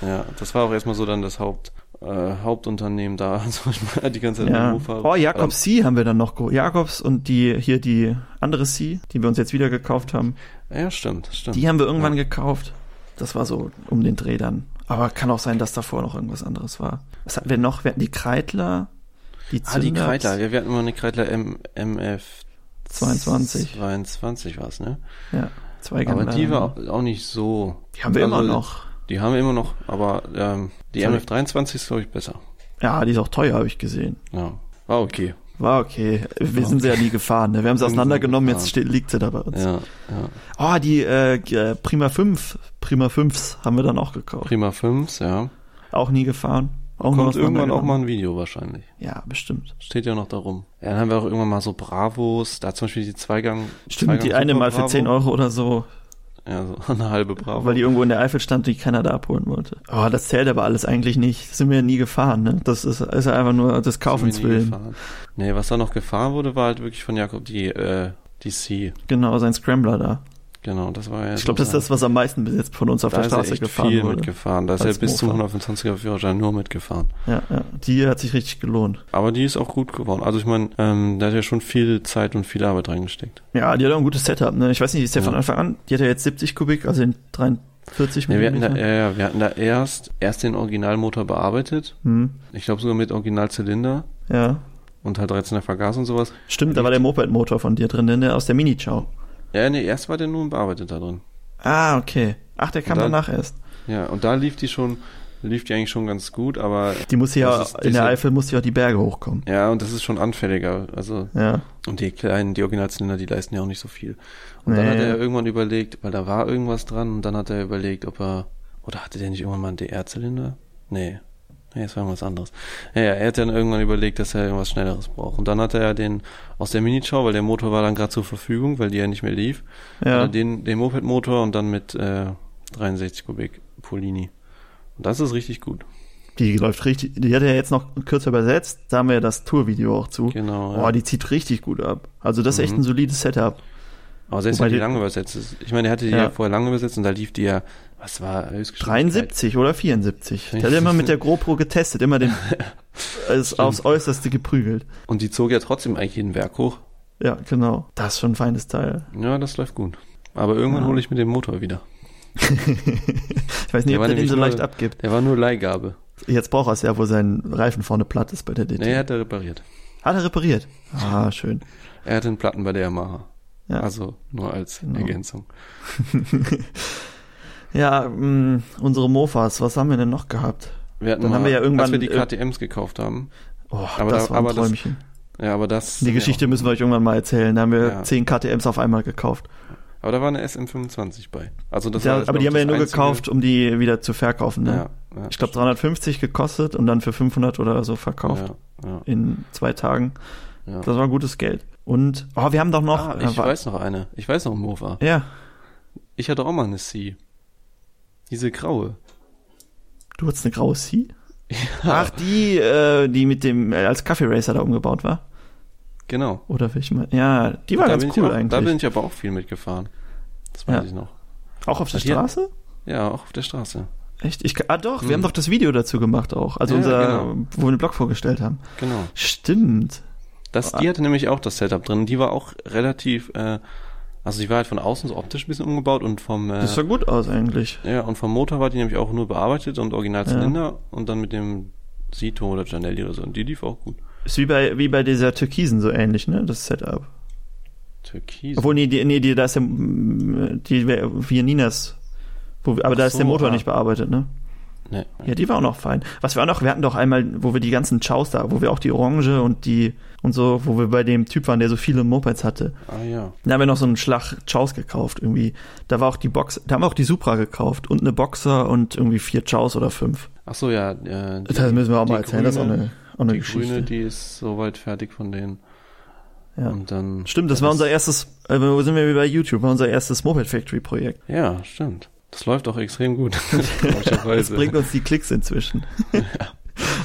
B: Ja, das war auch erstmal so dann das Haupt, äh, Hauptunternehmen da. Also ich meine, die ganze Zeit mit
A: Ja.
B: Mofa.
A: Oh, Jakobs C haben wir dann noch. geholt. Jakobs und die hier die andere C, die wir uns jetzt wieder gekauft haben,
B: Ähm, ja, stimmt, stimmt.
A: die haben wir irgendwann gekauft. Das war so um den Dreh dann. Aber kann auch sein, dass davor noch irgendwas anderes war. Was hatten wir noch? Wir hatten die Kreidler, die
B: ah, die
A: Zünders.
B: Kreidler. Ja, wir hatten immer eine Kreidler M MF
A: 22.
B: 22 war's, ne?
A: Ja, zwei
B: Aber die war
A: Generalen.
B: auch nicht so.
A: Die haben wir
B: also,
A: immer noch.
B: Die haben wir immer noch, aber ähm, die
A: Sorry.
B: MF23 ist, glaube ich, besser.
A: Ja, die ist auch teuer, habe ich gesehen.
B: Ja. War okay.
A: War Ah, okay. Wir sind sie ja nie gefahren. Ne? Wir haben sie
B: Wir sind
A: auseinandergenommen,
B: gefahren.
A: jetzt steht, liegt sie da bei uns.
B: Ja, ja.
A: Oh, die äh, äh, Prima 5, Prima 5s haben wir dann auch gekauft.
B: Prima 5, ja.
A: Auch nie gefahren. Auch nur
B: Kommt irgendwann auch mal
A: auseinandergenommen.
B: ein Video wahrscheinlich.
A: Ja, bestimmt.
B: Steht ja noch darum. Ja, dann haben wir auch irgendwann mal so Bravos, da zum Beispiel die Zweigang. Zweigang
A: Stimmt, die eine
B: Super
A: mal für
B: Bravo.
A: 10 Euro oder so,
B: Ja, so eine halbe Bravo.
A: weil die irgendwo in der Eifel stand, die keiner da abholen wollte. Oh, das zählt aber alles eigentlich nicht. Das sind wir ja nie gefahren, ne? Das ist, ist ja einfach nur des Kaufens
B: Sind wir nie
A: willen.
B: gefahren. Nee, was da noch gefahren wurde, war halt wirklich von Jakob die, äh, die C.
A: Genau, sein Scrambler da.
B: Genau, das war ja.
A: Ich glaube, das ist das, was am meisten bis jetzt von uns auf
B: da
A: der
B: ist er
A: Straße
B: echt
A: gefahren
B: viel
A: wurde.
B: mitgefahren. Da ist er
A: Als
B: bis zum
A: Mofa.
B: 125er Führerschein nur mitgefahren.
A: Ja, ja, die hat sich richtig gelohnt.
B: Aber die ist auch gut geworden. Also ich meine, ähm, da hat ja schon viel Zeit und viel Arbeit reingesteckt.
A: Ja, die hat auch ein gutes Setup, ne? Ich weiß nicht, ist der
B: Ja.
A: von Anfang an, die hat ja jetzt 70 Kubik, also in 43
B: Nee, wir, hatten da, äh,
A: Millimeter.
B: ja, ja, wir hatten da erst, erst den Originalmotor bearbeitet.
A: Hm,
B: Ich glaube sogar mit Originalzylinder
A: ja.
B: und halt 13er Vergas und sowas.
A: Stimmt, da war der Moped-Motor von dir drin, ne? Aus der Mini-Chow.
B: Ja, nee, erst war der nur bearbeitet da drin.
A: Ah, okay. Ach, der kam
B: Und dann-
A: danach erst.
B: Ja, und da lief die schon, lief die eigentlich schon ganz gut, aber
A: Die muss ja,
B: Das ist
A: in der
B: diese-
A: Eifel muss ja die Berge hochkommen.
B: ja, und das ist schon anfälliger. Also,
A: Ja.
B: und die kleinen, die Originalzylinder, die leisten ja auch nicht so viel. Und dann
A: Nee.
B: hat er irgendwann überlegt, weil da war irgendwas dran, und dann hat er überlegt, ob er, oder hatte der nicht irgendwann mal einen DR-Zylinder? Nee. Nee, es war irgendwas anderes. Ja, ja, er hat dann irgendwann überlegt, dass er irgendwas Schnelleres braucht. Und dann hat er ja den aus der Minischau, weil der Motor war dann gerade zur Verfügung, weil die ja nicht mehr lief,
A: Ja.
B: Oder Den, den Moped-Motor und dann mit äh, 63 Kubik Polini. Und das ist richtig gut.
A: Die läuft richtig. Die hat er jetzt noch kürzer übersetzt. Da haben wir ja das Tour-Video auch zu.
B: Genau.
A: Boah,
B: ja.
A: die zieht richtig gut ab. Also das ist echt
B: Mhm.
A: ein solides Setup.
B: Aber selbst
A: wobei
B: wenn die
A: die-
B: lange übersetzt ist. Ich meine, er hatte die
A: Ja.
B: ja. vorher lange übersetzt und da lief die ja, was war Höchstgeschwindigkeit?
A: 73 oder 74. Der hat immer mit der GoPro getestet, immer den es aufs Äußerste geprügelt.
B: Und die zog ja trotzdem eigentlich jeden Werk hoch.
A: Ja, genau. Das ist schon ein feines Teil.
B: Ja, das läuft gut. Aber irgendwann
A: Ja.
B: hole ich mir den Motor wieder.
A: Ich weiß nicht,
B: Der
A: ob
B: war
A: der den
B: nämlich
A: so
B: nur-
A: leicht abgibt.
B: Der war nur Leihgabe.
A: Jetzt braucht er es ja, wo sein Reifen vorne platt ist bei der DT.
B: Nee, hat er repariert.
A: Hat er repariert. Ah, schön.
B: Er hatte einen Platten bei der Yamaha.
A: Ja.
B: Also nur als
A: Genau.
B: Ergänzung.
A: Ja, mh, unsere Mofas, was haben wir denn noch gehabt?
B: Wir hatten
A: Dann haben wir ja irgendwann-
B: als wir die
A: äh,
B: KTMs gekauft haben.
A: Oh,
B: Aber
A: das
B: da-
A: war ein
B: aber das-
A: Träumchen.
B: Ja, aber das.
A: Die Geschichte müssen wir euch irgendwann mal erzählen. Da haben wir
B: Ja.
A: 10 KTMs auf einmal gekauft.
B: Aber da war eine SM25 bei. Also das
A: Ja,
B: war,
A: aber die haben
B: glaub
A: wir ja
B: ich,
A: nur
B: das einzige-
A: gekauft, um die wieder zu verkaufen. Ne?
B: Ja, Ja,
A: ich glaube 350 gekostet und dann für 500 oder so verkauft
B: Ja, ja,
A: in zwei Tagen.
B: ja.
A: Das war gutes Geld. Und oh, wir haben doch noch.
B: ah,
A: äh,
B: ich
A: wa-
B: weiß noch eine. Ich weiß noch einen Mofa.
A: Ja,
B: Ich hatte auch mal eine C. Diese graue.
A: du hattest eine graue C. Ach, die, äh, die mit dem äh, als Kaffee Racer da umgebaut war.
B: Genau.
A: Oder welche mal? Ja, die war
B: da
A: ganz
B: bin
A: cool
B: ich auch, Da bin
A: eigentlich.
B: ich aber auch viel mitgefahren. Das weiß
A: Ja.
B: ich noch.
A: Auch auf der
B: Ach, hier-
A: Straße?
B: Ja, auch auf der Straße.
A: Echt? Ich, ah doch, wir
B: Hm.
A: haben doch das Video dazu gemacht auch. Also
B: Ja,
A: unser,
B: genau.
A: wo wir den Blog vorgestellt haben.
B: Genau.
A: Stimmt.
B: Das,
A: Ah.
B: die hatte nämlich auch das Setup drin. Die war auch relativ, äh, also die war halt von außen so optisch ein bisschen umgebaut und vom, äh,
A: Das sah gut aus eigentlich.
B: ja, und vom Motor war die nämlich auch nur bearbeitet und original
A: Ja.
B: Zylinder und dann mit dem Sito oder Gianelli oder so. Und die lief auch gut.
A: Ist wie bei, wie bei dieser Türkisen so ähnlich, ne? Das Setup.
B: Türkis.
A: Obwohl, nee, die, nee, die, da ist ja, mm, die wär- Vianinas. Wo, wir- aber da
B: Ach
A: ist der
B: so,
A: Motor
B: ah.
A: nicht bearbeitet, ne?
B: nee.
A: Ja, die war auch noch fein. Was wir auch noch, wir hatten doch einmal, wo wir die ganzen Chows da, wo wir auch die Orange und die und so, wo wir bei dem Typ waren, der so viele Mopeds hatte.
B: Ah ja.
A: Da haben wir noch so einen Schlag Chows gekauft irgendwie. Da war auch die Box, da haben wir auch die Supra gekauft und eine Boxer und irgendwie vier Chows oder fünf.
B: Ach so, ja. Äh, die,
A: Das müssen wir auch mal
B: die
A: erzählen, das ist auch
B: grüne-
A: eine, auch eine
B: die
A: Geschichte.
B: grüne, die ist soweit fertig von denen.
A: Ja.
B: Und dann.
A: Stimmt, das war unser erstes, äh, wo sind wir wieder bei YouTube, war unser erstes Moped Factory Projekt.
B: Ja, stimmt. Das läuft auch extrem gut.
A: Das
B: Komischerweise.
A: bringt uns die Klicks inzwischen.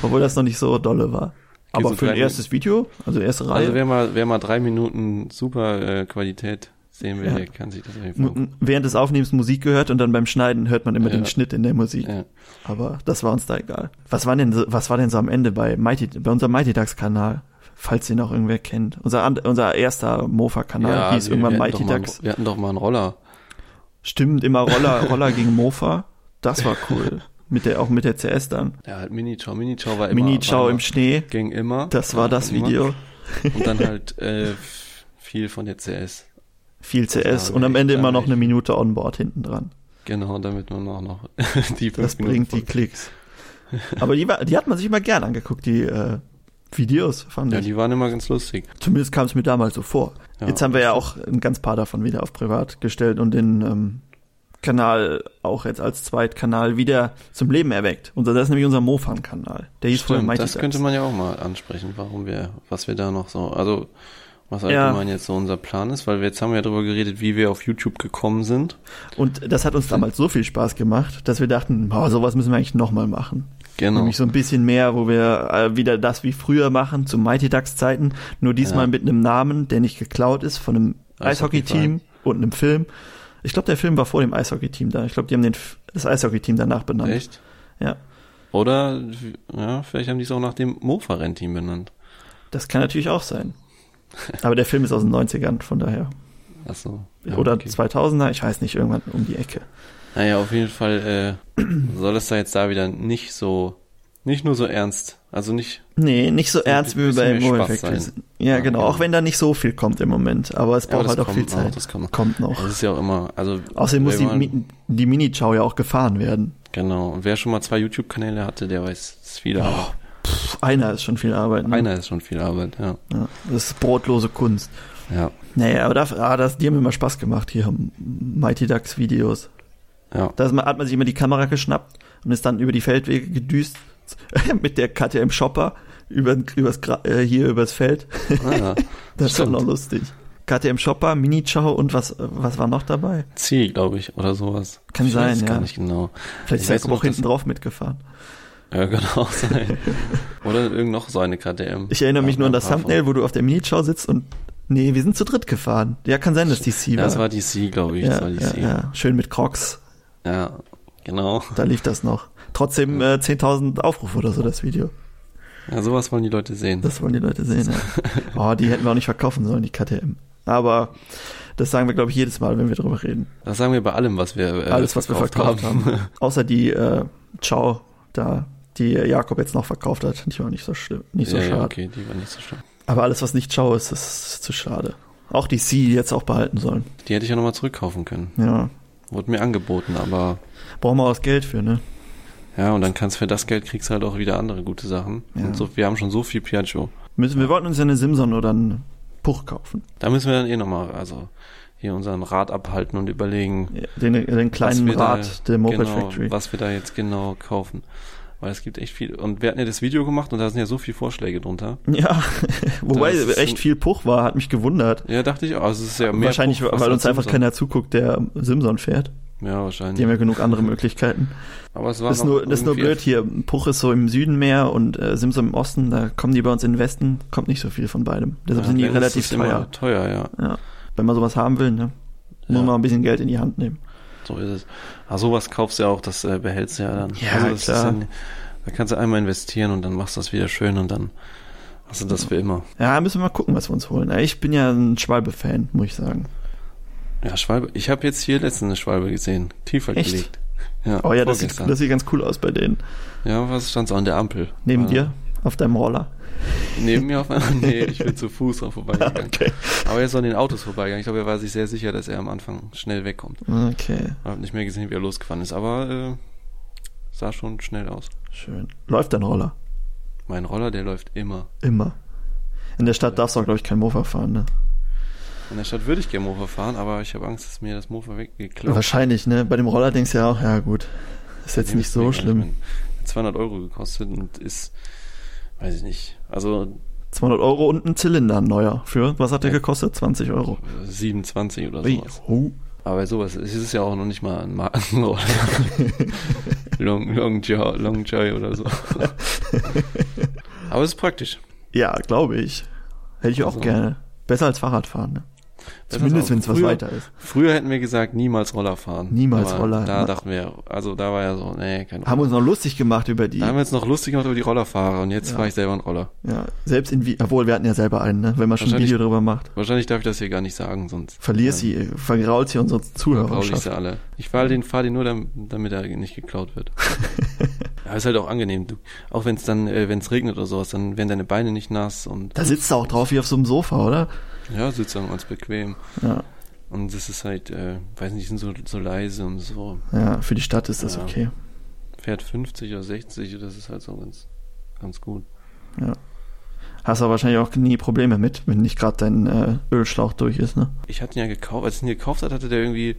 A: Obwohl das noch nicht so dolle war. Aber
B: so
A: für ein
B: drei-
A: erstes Video, also erste Reihe.
B: Also wer mal, wer mal drei Minuten super äh, Qualität sehen will,
A: Ja.
B: der kann sich das auf jeden
A: M-
B: Fall.
A: m- während des Aufnehmens Musik gehört und dann beim Schneiden hört man immer
B: Ja.
A: den Schnitt in der Musik.
B: Ja.
A: Aber das war uns da egal. Was war denn so, was war denn so am Ende bei Mighty, bei unserem Mighty Ducks Kanal? Falls den auch irgendwer kennt. Unser, and- unser erster Mofa-Kanal
B: Ja,
A: hieß
B: wir-
A: irgendwann
B: wir hatten
A: Mighty
B: doch mal einen-
A: Ducks.
B: Wir hatten doch mal einen Roller.
A: Stimmt, immer Roller, Roller gegen Mofa. Das war cool. Mit der, auch mit der CS dann.
B: Ja, halt Mini-Chow. Mini-Chow war immer.
A: Mini-Ciao
B: war
A: im Schnee.
B: Ging immer.
A: Das war das Video.
B: Und dann halt äh, f- viel von der CS.
A: Viel CS
B: war
A: und am
B: echt,
A: Ende immer
B: war
A: noch
B: echt.
A: eine Minute Onboard hinten dran.
B: Genau, damit man auch noch die
A: Das
B: fünf Minuten
A: bringt die
B: voll-
A: Klicks. Aber die, war, die hat man sich immer gern angeguckt, die äh, Videos, fand
B: Ja,
A: ich.
B: die waren immer ganz lustig.
A: Zumindest kam es mir damals so vor.
B: Ja.
A: Jetzt haben wir ja auch ein ganz paar davon wieder auf privat gestellt und den ähm, Kanal auch jetzt als Zweitkanal wieder zum Leben erweckt. Unser, das ist nämlich unser Mofan-Kanal. Der hieß vorher
B: Stimmt,
A: Mighty
B: das
A: Ducks.
B: könnte man ja auch mal ansprechen, warum wir, was wir da noch so, also was
A: Ja.
B: allgemein jetzt so unser Plan ist, weil wir jetzt haben wir ja darüber geredet, wie wir auf YouTube gekommen sind.
A: Und das hat uns damals so viel Spaß gemacht, dass wir dachten, boah, sowas müssen wir eigentlich nochmal machen.
B: Genau.
A: Nämlich so ein bisschen mehr, wo wir äh, wieder das wie früher machen, zu Mighty Ducks Zeiten, nur diesmal
B: Ja.
A: mit einem Namen, der nicht geklaut ist, von einem Eishockey-Team
B: Eishockey-Verein.
A: und einem Film. Ich glaube, der Film war vor dem Eishockey-Team da. Ich glaube, die haben den, F- das Eishockey-Team danach benannt.
B: Echt?
A: Ja.
B: Oder, ja, vielleicht haben die es auch nach dem Mofa-Rennteam benannt.
A: Das kann natürlich auch sein. Aber der Film ist aus den 90ern, von daher.
B: Achso. Ja,
A: Oder
B: okay.
A: 2000er, ich weiß nicht, irgendwann um die Ecke.
B: Naja, auf jeden Fall äh, soll es da jetzt da wieder nicht so, nicht nur so ernst, also nicht,
A: Nee, nicht so
B: Ein
A: ernst wie
B: bisschen
A: bei
B: mehr
A: Mobile
B: Spaß
A: Factory.
B: sein.
A: Ja,
B: Ja,
A: genau.
B: genau.
A: Auch wenn da nicht so viel kommt im Moment. Aber es
B: Ja, aber
A: braucht
B: das
A: halt auch viel
B: kommt noch,
A: Zeit.
B: das kommt noch.
A: Kommt noch.
B: das ist ja auch immer, also.
A: Außerdem muss
B: wer
A: die,
B: mal-
A: Mi- die Mini-Chow ja auch gefahren werden.
B: Genau, und wer schon mal zwei YouTube-Kanäle hatte, der weiß, es ist viel Arbeit.
A: Pff, einer ist schon viel Arbeit. Ne?
B: Einer ist schon viel Arbeit, ja.
A: Ja, das ist brotlose Kunst.
B: Ja,
A: Naja, aber das, ah, das, die haben immer Spaß gemacht, hier Mighty Ducks Videos.
B: ja.
A: Da ist man, hat man sich immer die Kamera geschnappt und ist dann über die Feldwege gedüst mit der KTM Shopper über, übers, Gra- äh, hier übers Feld.
B: Ah, ja.
A: Das ist doch
B: Stimmt.
A: noch lustig. KTM Shopper, Mini-Chow und was, was war noch dabei?
B: C, glaube ich, oder sowas.
A: Kann
B: ich
A: sein,
B: weiß
A: ja.
B: gar nicht genau.
A: Vielleicht
B: Ich
A: ist
B: weiß
A: Jakob
B: noch,
A: auch hinten
B: dass-
A: drauf mitgefahren.
B: Ja, kann auch sein. oder irgend noch so eine KTM.
A: Ich erinnere mich
B: Ja,
A: nur an
B: ein
A: das
B: paar
A: Thumbnail, wo du auf der Mini-Chow sitzt und nee, wir sind zu dritt gefahren. Ja, kann sein, dass die C
B: von-
A: war.
B: Ja, das war die C, glaube ich. das
A: ja,
B: war die
A: ja,
B: C.
A: ja. Schön mit Crocs,
B: ja, genau.
A: da lief das noch. Trotzdem äh, 10.000 Aufrufe oder so das Video.
B: Ja, sowas wollen die Leute sehen.
A: Das wollen die Leute sehen. Ja. Oh, die hätten wir auch nicht verkaufen sollen, die KTM. Aber das sagen wir, glaube ich, jedes Mal, wenn wir drüber reden.
B: Das sagen wir bei allem, was wir äh,
A: Alles, was wir verkauft haben. Außer die äh, Ciao da, die Jakob jetzt noch verkauft hat. Die war nicht so schlimm, nicht so
B: ja,
A: schade.
B: ja, okay, die war nicht so schlimm.
A: Aber alles, was nicht Ciao ist, ist zu schade. Auch die C die jetzt auch behalten sollen.
B: Die hätte ich ja nochmal zurückkaufen können.
A: Ja.
B: Wurde mir angeboten, aber
A: Brauchen wir auch das Geld für, ne?
B: ja, und dann kannst für das Geld kriegst du halt auch wieder andere gute Sachen.
A: Ja.
B: Und so, wir haben schon so viel Piaggio.
A: Müssen, wir wollten uns ja eine Simson oder einen Puch kaufen.
B: Da müssen wir dann eh nochmal, also hier unseren Rat abhalten und überlegen,
A: Ja, Den, den
B: was
A: kleinen
B: wir da-
A: Rad der Moped
B: genau,
A: Factory.
B: was wir da jetzt genau kaufen. Weil es gibt echt viel. Und wir hatten ja das Video gemacht und da sind ja so viele Vorschläge drunter.
A: Ja, wobei
B: Das ist so-
A: echt viel Puch war, hat mich gewundert.
B: Ja, dachte ich auch. Also es ist ja mehr
A: Wahrscheinlich,
B: Puff, was
A: weil uns
B: als
A: einfach
B: Simson.
A: keiner zuguckt, der Simson fährt.
B: Ja,
A: Die haben
B: wahrscheinlich.
A: ja genug andere Möglichkeiten.
B: Aber es war
A: Das ist, nur, das ist nur
B: irgendwie-
A: blöd hier. Puch ist so im Süden mehr und äh, Simson im Osten, da kommen die bei uns in den Westen, kommt nicht so viel von beidem. Deshalb also sind die
B: wenn, ist
A: relativ
B: es
A: teuer.
B: immer Teuer, ja.
A: Wenn man sowas haben will, ne? Muss
B: Ja.
A: man ein bisschen Geld in die Hand nehmen.
B: So ist es. Ah, sowas kaufst du ja auch, das äh, behältst du ja dann.
A: Ja,
B: also das
A: klar.
B: Ist dann, da kannst du einmal investieren und dann machst du das wieder schön und dann hast du das für immer.
A: Ja, müssen wir mal gucken, was wir uns holen. Ich bin ja ein Schwalbe-Fan, muss ich sagen.
B: Ja, Schwalbe. Ich habe jetzt hier letztens eine Schwalbe gesehen. Tiefer
A: Echt?
B: gelegt. Ja,
A: Oh ja, das sieht,
B: vorgestern.
A: das sieht ganz cool aus bei denen.
B: Ja, was stand's an der Ampel?
A: Neben
B: War-
A: dir, auf deinem Roller.
B: Neben mir auf einmal? Nee, ich bin zu Fuß drauf vorbeigegangen. Aber er ist an den Autos vorbeigegangen. Ich glaube, er war sich sehr sicher, dass er am Anfang schnell wegkommt.
A: Okay,
B: Ich habe nicht mehr gesehen, wie er losgefahren ist, aber äh, sah schon schnell aus.
A: schön. Läuft dein Roller?
B: Mein Roller, der läuft immer.
A: Immer. In der Stadt darfst du auch, glaube ich, kein Mofa fahren, ne?
B: In der Stadt würde ich gerne Mofa fahren, aber ich habe Angst, dass mir das Mofa weggeklaut
A: Wahrscheinlich, ne? Bei dem Roller denkst du ja auch, ja gut, ist jetzt nicht so schlimm.
B: Hat 200 Euro gekostet und ist, weiß ich nicht, also
A: 200 Euro und ein Zylinder, ein neuer. Für, was hat der
B: Ja. Also
A: gekostet? 20 Euro.
B: 27 oder
A: Oh. Ui,
B: sowas.
A: oh.
B: Aber bei sowas ist es ja auch noch nicht mal ein Markenroller. Long, Long, Joy, Long Joy oder so. aber es ist praktisch.
A: Ja, glaube ich. Hätte ich auch
B: Also.
A: gerne. Besser als Fahrradfahren, ne?
B: Besser
A: Zumindest,
B: als
A: wenn es was
B: früher.
A: weiter ist.
B: Früher hätten wir gesagt, niemals Roller fahren.
A: Niemals
B: aber
A: Roller.
B: Da dachten wir, also da war ja so, nee, kein
A: Haben
B: Roller.
A: uns noch lustig gemacht über die.
B: Da haben wir uns noch lustig gemacht über die Rollerfahrer und jetzt
A: Ja.
B: fahre ich selber einen Roller.
A: Ja, selbst in, Vi- obwohl wir hatten ja selber einen, ne? Wenn man schon ein
B: Wahrscheinlich-
A: Video drüber macht.
B: Wahrscheinlich darf ich das hier gar nicht sagen, sonst
A: Verlier sie, vergrault sie unsere
B: brauche ich
A: Zuhörerschaft.
B: sie alle. Ich fahre den, fahr den nur, dam- damit er nicht geklaut wird. ja, ist halt auch angenehm. Du, auch wenn es dann, äh, wenn es regnet oder sowas, dann werden deine Beine nicht nass und
A: Da sitzt du auch drauf wie auf so einem Sofa, oder?
B: ja, sitzt dann ganz bequem.
A: Ja,
B: Und das ist halt, äh, weiß nicht, sind so, so leise und so.
A: ja für die Stadt ist das
B: Ja.
A: okay.
B: Fährt 50 oder 60, das ist halt so ganz, ganz gut.
A: Hast aber wahrscheinlich auch nie Probleme mit, wenn nicht gerade dein äh, Ölschlauch durch ist, ne?
B: ich hatte ihn ja gekauft, als ich ihn gekauft hatte, hatte der irgendwie,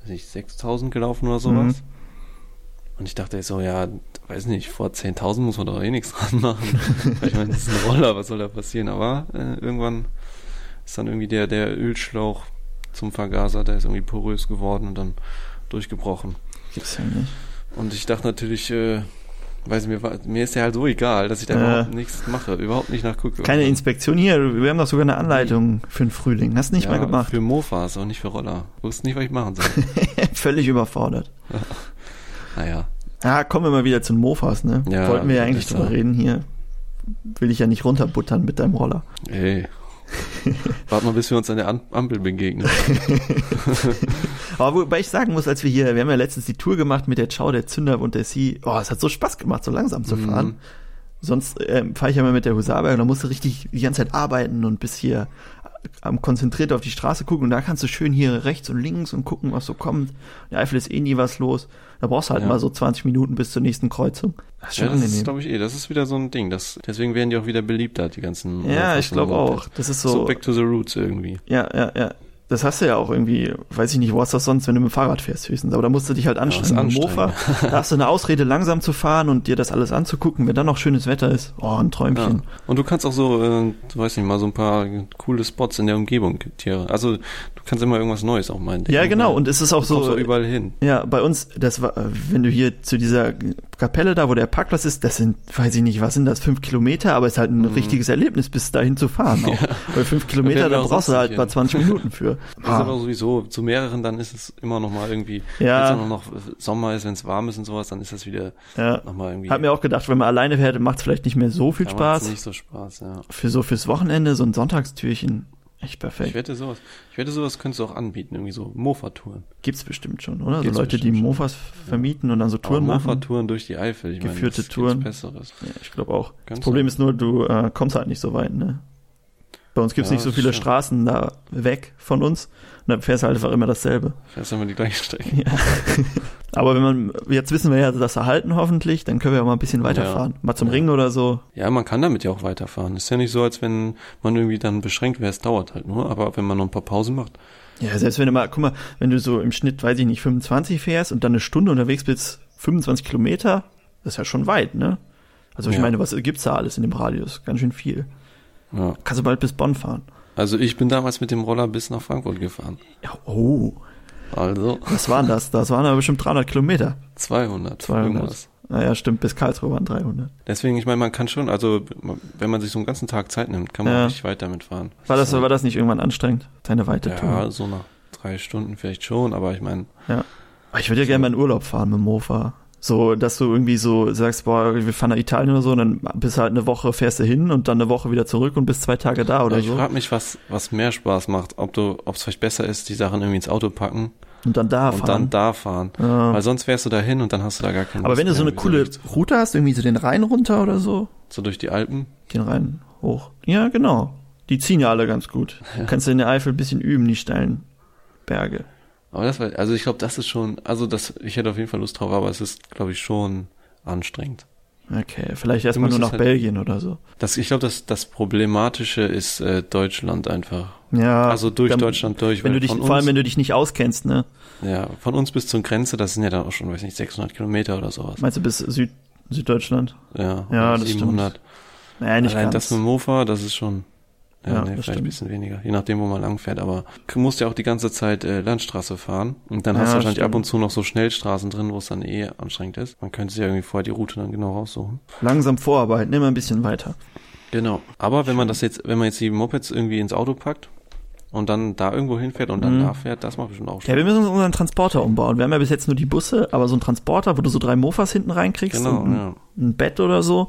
B: weiß nicht, 6000 gelaufen oder sowas.
A: Mhm.
B: Und ich dachte so, ja, weiß nicht, vor 10.000 muss man doch eh nichts dran machen. Weil ich meine, das ist ein Roller, was soll da passieren? Aber äh, irgendwann ist dann irgendwie der, der Ölschlauch zum Vergaser, der ist irgendwie porös geworden und dann durchgebrochen.
A: Gibt's ja nicht.
B: Und ich dachte natürlich, äh, weiß nicht, mir, war- mir ist der halt so egal, dass ich da
A: Äh.
B: überhaupt nichts mache, überhaupt nicht nachgucke.
A: Keine Inspektion hier, wir haben doch sogar eine Anleitung für den Frühling. Hast nicht
B: ja,
A: mal gemacht.
B: Für Mofas, auch nicht für Roller. Wusste nicht, was ich machen soll.
A: Völlig überfordert.
B: naja.
A: Ah, kommen wir mal wieder zu den Mofas, ne?
B: Ja,
A: Wollten wir ja eigentlich
B: besser.
A: drüber reden hier. Will ich ja nicht runterbuttern mit deinem Roller.
B: Ey. Warte mal, bis wir uns an der Am- Ampel begegnen.
A: Aber wobei ich sagen muss, als wir hier, wir haben ja letztens die Tour gemacht mit der Ciao, der Zünder und der Sie. Oh, es hat so Spaß gemacht, so langsam zu fahren.
B: Mhm.
A: Sonst ähm, fahre ich ja mal mit der Husarberg und da musst du richtig die ganze Zeit arbeiten und bis hier äh, am konzentriert auf die Straße gucken und da kannst du schön hier rechts und links und gucken, was so kommt. In der Eifel ist eh nie was los. Da brauchst du halt
B: Ja.
A: mal so 20 Minuten bis zur nächsten Kreuzung. Das ist schon
B: Ja, das ist,
A: angenehm.
B: glaube ich, eh, das ist wieder so ein Ding. Das, deswegen werden die auch wieder beliebter, die ganzen.
A: ja,
B: äh,
A: ich glaube auch.
B: Fassungen.
A: Das ist
B: So,
A: so.
B: back to the roots irgendwie.
A: ja, ja, ja. Das hast du ja auch irgendwie, weiß ich nicht, wo hast du das sonst, wenn du mit dem Fahrrad fährst höchstens. Aber da musst du dich halt
B: ist
A: anstrengen. Mit dem Mofa,
B: anstrengend.
A: da hast du eine Ausrede, langsam zu fahren und dir das alles anzugucken. Wenn dann noch schönes Wetter ist, oh, ein
B: Ja.
A: Träumchen.
B: Und du kannst auch so, äh, du weißt nicht mal, so ein paar coole Spots in der Umgebung hier. Also, du kannst immer irgendwas Neues auch mal entdecken.
A: Ja, genau. Und es ist auch
B: Du kommst
A: so,
B: auch überall hin.
A: Ja, bei uns, das war, äh, wenn du hier zu dieser Kapelle da, wo der Parkplatz ist, das sind, weiß ich nicht, was sind das, fünf Kilometer, aber es ist halt
B: Mhm.
A: ein richtiges Erlebnis, bis dahin zu fahren. Auch. Weil fünf Kilometer,
B: wären wir
A: da
B: auch
A: brauchst du
B: sonst
A: halt
B: nicht
A: mal
B: hin.
A: 20 Minuten für.
B: Das ist aber sowieso, zu mehreren, dann ist es immer noch mal irgendwie,
A: Ah. Ja.
B: wenn es noch Sommer ist, wenn es warm ist und sowas, dann ist das wieder
A: ja.
B: noch mal irgendwie.
A: Hab mir auch gedacht, wenn man alleine fährt, macht's vielleicht nicht mehr so viel
B: da macht's
A: Spaß.
B: nicht so Spaß, ja.
A: Für so fürs Wochenende, so ein Sonntagstürchen, echt
B: Ich
A: perfekt.
B: wette sowas. Ich wette sowas könntest du auch anbieten, irgendwie so Mofa-Touren.
A: Gibt's bestimmt schon, oder? So
B: Gibt's
A: Leute, die
B: bestimmt schon.
A: Mofas vermieten und dann so
B: Aber
A: Touren machen.
B: Mofa-Touren durch die Eifel. Ich
A: Geführte
B: meine, das
A: Touren.
B: Gibt's Besseres.
A: Ja, ich glaube auch.
B: Ganz
A: das Problem ist nur, du äh, kommst halt nicht so weit, ne? Bei uns gibt's
B: Ja,
A: nicht so
B: das
A: viele
B: stimmt.
A: Straßen da weg von uns. Und dann fährst du halt einfach immer dasselbe.
B: Fährst immer die gleiche Strecke.
A: Aber wenn man, jetzt wissen wir ja, dass er halten hoffentlich, dann können wir ja mal ein bisschen weiterfahren. Mal zum
B: Ja.
A: Ring oder so.
B: Ja, man kann damit ja auch weiterfahren. Ist ja nicht so, als wenn man irgendwie dann beschränkt wäre. Es dauert halt nur. Aber wenn man noch ein paar Pausen macht,
A: Ja, selbst wenn du mal, guck mal, wenn du so im Schnitt, weiß ich nicht, 25 fährst und dann eine Stunde unterwegs bist, 25 Kilometer, das ist ja schon weit, ne? Also ich
B: Ja.
A: meine, was gibt's da alles in dem Radius? Ganz schön viel.
B: Ja.
A: Kannst du bald bis Bonn fahren.
B: Also ich bin damals mit dem Roller bis nach Frankfurt gefahren.
A: Ja, oh,
B: Also
A: was waren das? Das waren aber bestimmt 300 Kilometer.
B: 200.
A: 200.
B: irgendwas.
A: Naja, stimmt, bis Karlsruhe waren 300.
B: Deswegen, ich meine, man kann schon, also wenn man sich so einen ganzen Tag Zeit nimmt, kann man
A: Ja.
B: nicht weit damit fahren.
A: War das,
B: so,
A: war das nicht irgendwann anstrengend? Deine weite
B: Also Ja,
A: Tour.
B: so nach drei Stunden vielleicht schon, aber ich meine,
A: Aber Ah, ich würde ja gerne mal in Urlaub fahren mit dem Mofa. So, dass du irgendwie so sagst, boah, wir fahren nach Italien oder so, und dann bist du halt eine Woche, fährst du hin und dann eine Woche wieder zurück und bist zwei Tage da oder
B: ich
A: so.
B: frage mich, was, was mehr Spaß macht, ob du, ob es vielleicht besser ist, die Sachen irgendwie ins Auto packen
A: Und dann da
B: und
A: fahren.
B: dann da fahren.
A: Ja.
B: Weil sonst wärst du da hin und dann hast du da gar keine
A: Aber wenn du
B: Lust
A: so
B: mehr,
A: eine
B: irgendwie
A: coole
B: durch-
A: Route hast, irgendwie so den Rhein runter oder so,
B: So durch die Alpen.
A: den Rhein hoch. Ja, genau. Die ziehen ja alle ganz gut. Du Kannst du in der Eifel ein bisschen üben, die steilen Berge.
B: Aber das war, also ich glaube, das ist schon, also das, ich hätte auf jeden Fall Lust drauf, aber es ist, glaube ich, schon anstrengend.
A: Okay, vielleicht erstmal nur
B: musst
A: nach
B: es halt-
A: Belgien oder so.
B: Das, ich glaube, das, das Problematische ist äh, Deutschland einfach.
A: Ja.
B: Also durch
A: dann-
B: Deutschland durch.
A: Wenn du
B: weil
A: dich,
B: von
A: vor allem
B: uns,
A: wenn du dich nicht auskennst, ne?
B: ja, von uns bis zur Grenze, das sind ja dann auch schon, weiß nicht, 600 Kilometer oder sowas.
A: Meinst du bis Süd Süddeutschland?
B: Ja,
A: Ja,
B: oder
A: das stimmt. Nein, nicht
B: Allein
A: ganz.
B: das mit dem Mofa, das ist schon, ja,
A: Ja,
B: nee,
A: das
B: vielleicht
A: stimmt.
B: ein bisschen weniger, je nachdem, wo man lang fährt. Aber du musst ja auch die ganze Zeit äh, Landstraße fahren und dann hast
A: Ja,
B: du wahrscheinlich
A: stimmt.
B: ab und zu noch so Schnellstraßen drin, wo es dann eh anstrengend ist. Man könnte sich ja irgendwie vorher die Route dann genau raussuchen.
A: Langsam vorarbeiten, immer ein bisschen weiter.
B: Genau. Aber wenn man das jetzt, wenn man jetzt die Mopeds irgendwie ins Auto packt und dann da irgendwo hinfährt und dann
A: Mhm.
B: da fährt, das macht bestimmt auch
A: Ja,
B: Spaß.
A: wir müssen uns unseren Transporter umbauen. Wir haben ja bis jetzt nur die Busse, aber so ein Transporter, wo du so drei Mofas hinten reinkriegst
B: genau,
A: und ein,
B: ja.
A: ein Bett oder so, Mhm.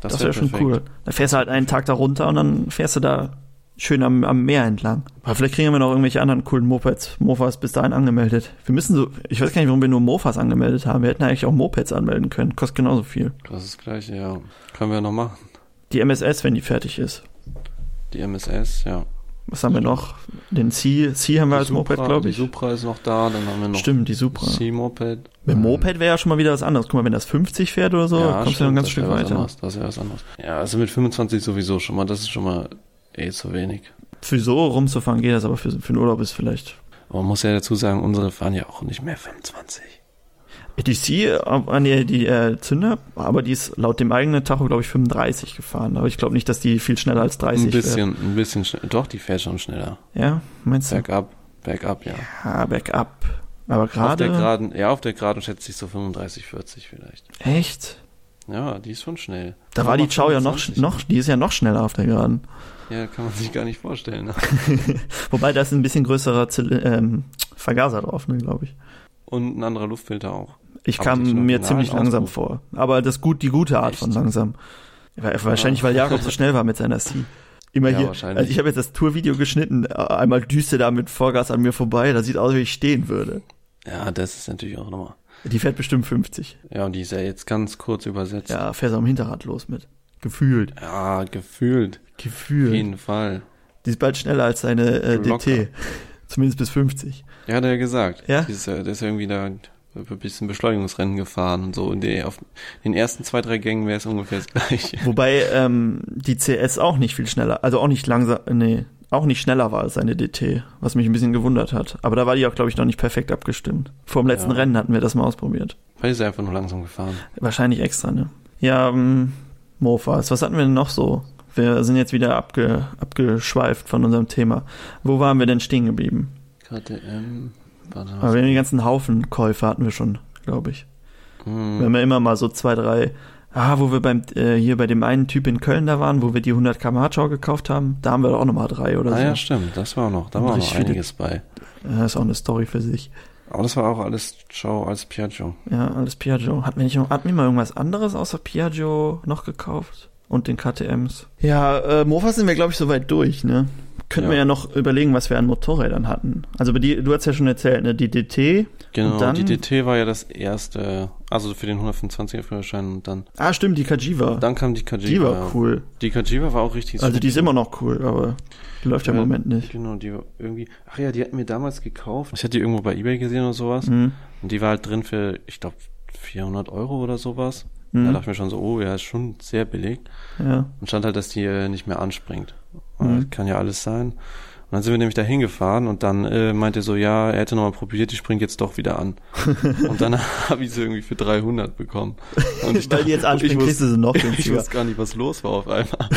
A: das,
B: wär
A: wäre schon
B: perfekt.
A: cool. Da fährst du halt einen Tag da runter und dann fährst du da schön am, am Meer entlang. Aber vielleicht kriegen wir noch irgendwelche anderen coolen Mopeds, Mofas bis dahin angemeldet. Wir müssen so, ich weiß gar nicht, warum wir nur Mofas angemeldet haben. Wir hätten eigentlich auch Mopeds anmelden können. Kostet genauso viel.
B: Das ist das Gleiche, ja. Können wir noch machen.
A: Die MSS, wenn die fertig ist.
B: Die MSS, ja.
A: Was haben wir noch? Den C, C haben wir als
B: Die Supra-
A: Moped, glaube
B: die
A: ich.
B: Supra ist noch da, dann haben wir noch
A: Stimmt, die Supra.
B: C-Moped.
A: Mit dem Moped wäre ja schon mal wieder was anderes. Guck mal, wenn das 50 fährt oder so, kommst du noch ein ganz
B: das
A: Stück
B: wär was
A: weiter.
B: Anderes, das wäre was anderes. Ja, also mit 25 sowieso schon mal, das ist schon mal eh zu wenig.
A: Für so rumzufahren geht das, aber für, für den Urlaub ist vielleicht.
B: Aber man muss ja dazu sagen, unsere fahren ja auch nicht mehr 25.
A: Die C, äh, nee, die äh, Zünder, aber die ist laut dem eigenen Tacho, glaube ich, 35 gefahren. Aber ich glaube nicht, dass die viel schneller als 30
B: Ein bisschen, ein bisschen schneller. Doch, die fährt schon schneller.
A: Wär. Ja, meinst du?
B: Bergab, bergab, ja.
A: Ja, bergab. Aber
B: Auf der
A: gerade.
B: Geraden, ja, auf der Geraden schätze ich so 35, 40 vielleicht.
A: Echt?
B: Ja, die ist schon schnell.
A: Da war die
B: Nochmal
A: Chow ja noch,
B: 25.
A: noch, die ist ja noch schneller auf der Geraden.
B: Ja, kann man sich gar nicht vorstellen. ne?
A: Wobei da ist ein bisschen größerer Zyl ähm, Vergaser drauf, ne, glaube ich.
B: Und ein anderer Luftfilter auch.
A: Ich
B: Aber
A: kam
B: das ist ein
A: mir
B: originaler
A: ziemlich langsam
B: Auspuff.
A: vor. Aber das gut, die gute Art
B: Echt?
A: von langsam. Wa- Wahrscheinlich, weil Jakob so schnell war mit seiner C. Immer
B: Ja,
A: hier.
B: wahrscheinlich.
A: Also ich habe jetzt das Tourvideo geschnitten. äh, Einmal düste da mit Vollgas an mir vorbei. Das sieht aus, wie ich stehen würde.
B: Ja, das ist natürlich auch nochmal.
A: Die fährt bestimmt 50.
B: Ja, und die ist ja jetzt ganz kurz übersetzt.
A: Ja, fährt am Hinterrad los mit. Gefühlt.
B: ja gefühlt. Auf
A: Gefühlt.
B: jeden Fall.
A: Die ist bald schneller als seine äh,
B: Locker.
A: DT. Zumindest bis 50.
B: Ja, hat er ja gesagt.
A: Ja?
B: Die ist, ja- der ist ja irgendwie da ein bisschen Beschleunigungsrennen gefahren und so. Und die, auf den ersten zwei, drei Gängen wäre es ungefähr das gleiche.
A: Wobei ähm, die CS auch nicht viel schneller, also auch nicht langsam, nee, auch nicht schneller war als seine DT, was mich ein bisschen gewundert hat. Aber da war die auch, glaube ich, noch nicht perfekt abgestimmt. Vor dem letzten
B: Ja.
A: Rennen hatten wir das mal ausprobiert.
B: Weil sie einfach nur langsam gefahren.
A: Wahrscheinlich extra, ne? Ja, ähm, Mofas, was hatten wir denn noch so? Wir sind jetzt wieder abge, abgeschweift von unserem Thema. Wo waren wir denn stehen geblieben?
B: KTM. Warte,
A: Aber
B: was?
A: wir haben den ganzen Haufen Käufe hatten wir schon, glaube ich. Wir
B: Hm,
A: haben ja immer mal so zwei, drei, ah, wo wir beim, äh, hier bei dem einen Typ in Köln da waren, wo wir die 100 km Hatschau gekauft haben, da haben wir doch auch nochmal drei oder
B: ah
A: so.
B: ja, stimmt. Das war auch noch. Da war auch noch
A: Richtig viele-
B: einiges bei.
A: Ja, ist auch eine Story für sich.
B: Aber das war auch alles Ciao als Piaggio.
A: Ja, alles Piaggio. Hat mir nicht noch, hat mir mal irgendwas anderes außer Piaggio noch gekauft und den KTMs. Ja, äh, Mofas sind wir glaube ich soweit durch, ne? Könnten
B: Ja.
A: wir ja noch überlegen, was wir an Motorrädern hatten. Also über die, du hast ja schon erzählt, ne, die DT.
B: Genau,
A: Und dann-
B: die DT war ja das erste, also für den 125er Führerschein und dann,
A: Ah, stimmt, die Kajiva.
B: dann kam die Kajiva.
A: die war cool.
B: Die Kajiva war auch richtig
A: Also die ist
B: super.
A: immer noch cool, aber die läuft ja im
B: Ja.
A: Moment nicht.
B: Genau, die war irgendwie, ach ja, die hatten wir damals gekauft. Ich hatte die irgendwo bei Ebay gesehen oder sowas.
A: Mhm.
B: Und die war halt drin für, ich glaube, 400 Euro oder sowas. Da
A: Mhm.
B: dachte ich mir schon so, oh ja, ist schon sehr billig.
A: Ja.
B: Und stand halt, dass die äh, nicht mehr anspringt.
A: Mhm.
B: Äh, Kann ja alles sein. Und dann sind wir nämlich da hingefahren und dann äh, meinte er so, ja, er hätte nochmal probiert, ich springe jetzt doch wieder an. und dann habe ich sie irgendwie für 300 bekommen. Und ich
A: Weil die jetzt anspringen, kriegst du sie noch
B: ich
A: günstiger.
B: wusste gar nicht, was los war auf einmal.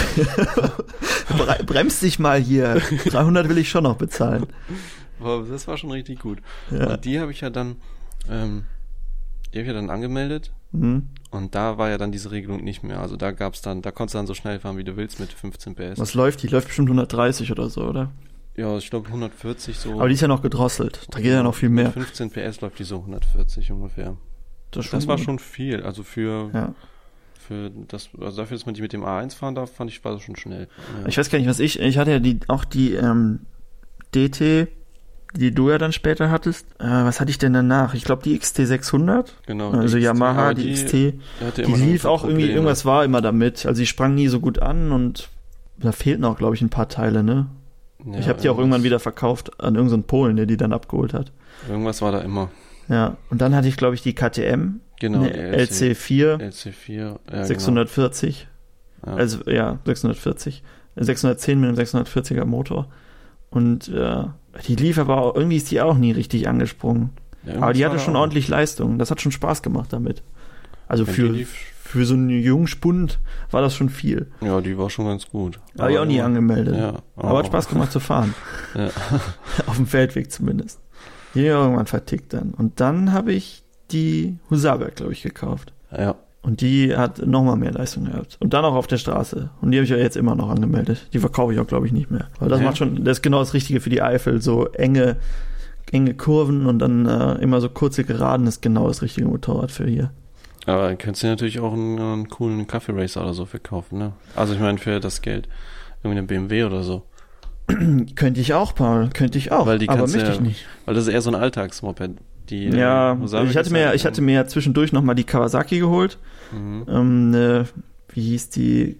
A: Bre- Bremst dich mal hier. 300 will ich schon noch bezahlen.
B: Aber das war schon richtig gut.
A: Ja.
B: Und die habe ich ja dann, ähm, die habe ich ja dann angemeldet
A: Mhm.
B: und da war ja dann diese Regelung nicht mehr. Also da gab's dann, da konntest du dann so schnell fahren, wie du willst mit 15 PS.
A: Was läuft? Die läuft bestimmt 130 oder so, oder?
B: Ja, ich glaube 140 so.
A: Aber die ist ja noch gedrosselt. Da geht ja noch viel mehr.
B: 15 PS läuft die so 140 ungefähr.
A: Das, ist
B: Das war
A: gut.
B: schon viel. Also für,
A: Ja.
B: für das, also dafür, dass man die mit dem A1 fahren darf, fand ich war das schon schnell. Ja.
A: Ich weiß gar nicht, was ich. Ich hatte ja die, auch die ähm, DT, die du ja dann später hattest. Äh, was hatte ich denn danach? Ich glaube, die XT600.
B: genau.
A: Also
B: XT,
A: Yamaha,
B: aber
A: die, XT. Die
B: hatte immer noch
A: lief
B: so
A: auch irgendwie,
B: Probleme.
A: irgendwas war immer damit. Also, die sprang nie so gut an und da fehlten auch, glaube ich, ein paar Teile, ne?
B: Ja,
A: ich habe die auch irgendwann wieder verkauft an irgendeinen Polen, der die dann abgeholt hat.
B: Irgendwas war da immer.
A: Ja, und dann hatte ich, glaube ich, die KTM,
B: Genau.
A: eine
B: die
A: LC4,
B: LC4. Ja,
A: 640.
B: Genau. Ja.
A: Also, ja, 640. äh, 610 mit einem 640er Motor. Und äh, die lief aber auch, irgendwie ist die auch nie richtig angesprungen.
B: Ja,
A: aber die
B: irgendwas
A: hatte
B: war
A: schon
B: da auch.
A: ordentlich Leistung. Das hat schon Spaß gemacht damit. Also
B: Ja, die
A: für,
B: lief-
A: für so einen jungen Spund war das schon viel.
B: Ja, die war schon ganz gut.
A: War ich auch nie angemeldet.
B: Ja,
A: Aber hat Spaß gemacht zu fahren.
B: Oh. Ja.
A: Auf dem Feldweg zumindest. Die irgendwann vertickt dann. Und dann habe ich die Husaberg, glaube ich, gekauft.
B: Ja,
A: Und die hat nochmal mehr Leistung gehabt. Und dann auch auf der Straße. Und die habe ich ja jetzt immer noch angemeldet. Die verkaufe ich auch, glaube ich, nicht mehr. Weil das
B: Ja.
A: macht schon, das ist genau das Richtige für die Eifel. So enge, enge Kurven und dann äh, immer so kurze Geraden ist genau das richtige Motorrad für hier.
B: aber dann könntest du dir natürlich auch einen, einen coolen Kaffee Racer oder so verkaufen, ne? Also ich meine für das Geld. Irgendwie eine BMW oder so.
A: Könnte ich auch, Paul. Könnte ich auch.
B: Weil die
A: aber
B: kannst du
A: möchte
B: ja-
A: ich nicht.
B: Weil das ist eher so ein Alltagsmoped. Die, äh,
A: Ja,
B: Husabik
A: ich hatte
B: ist
A: mir, ja-
B: halt
A: ich hatte
B: ein-
A: mir ja zwischendurch nochmal die Kawasaki geholt.
B: Mhm.
A: Ähm, ne, wie hieß die?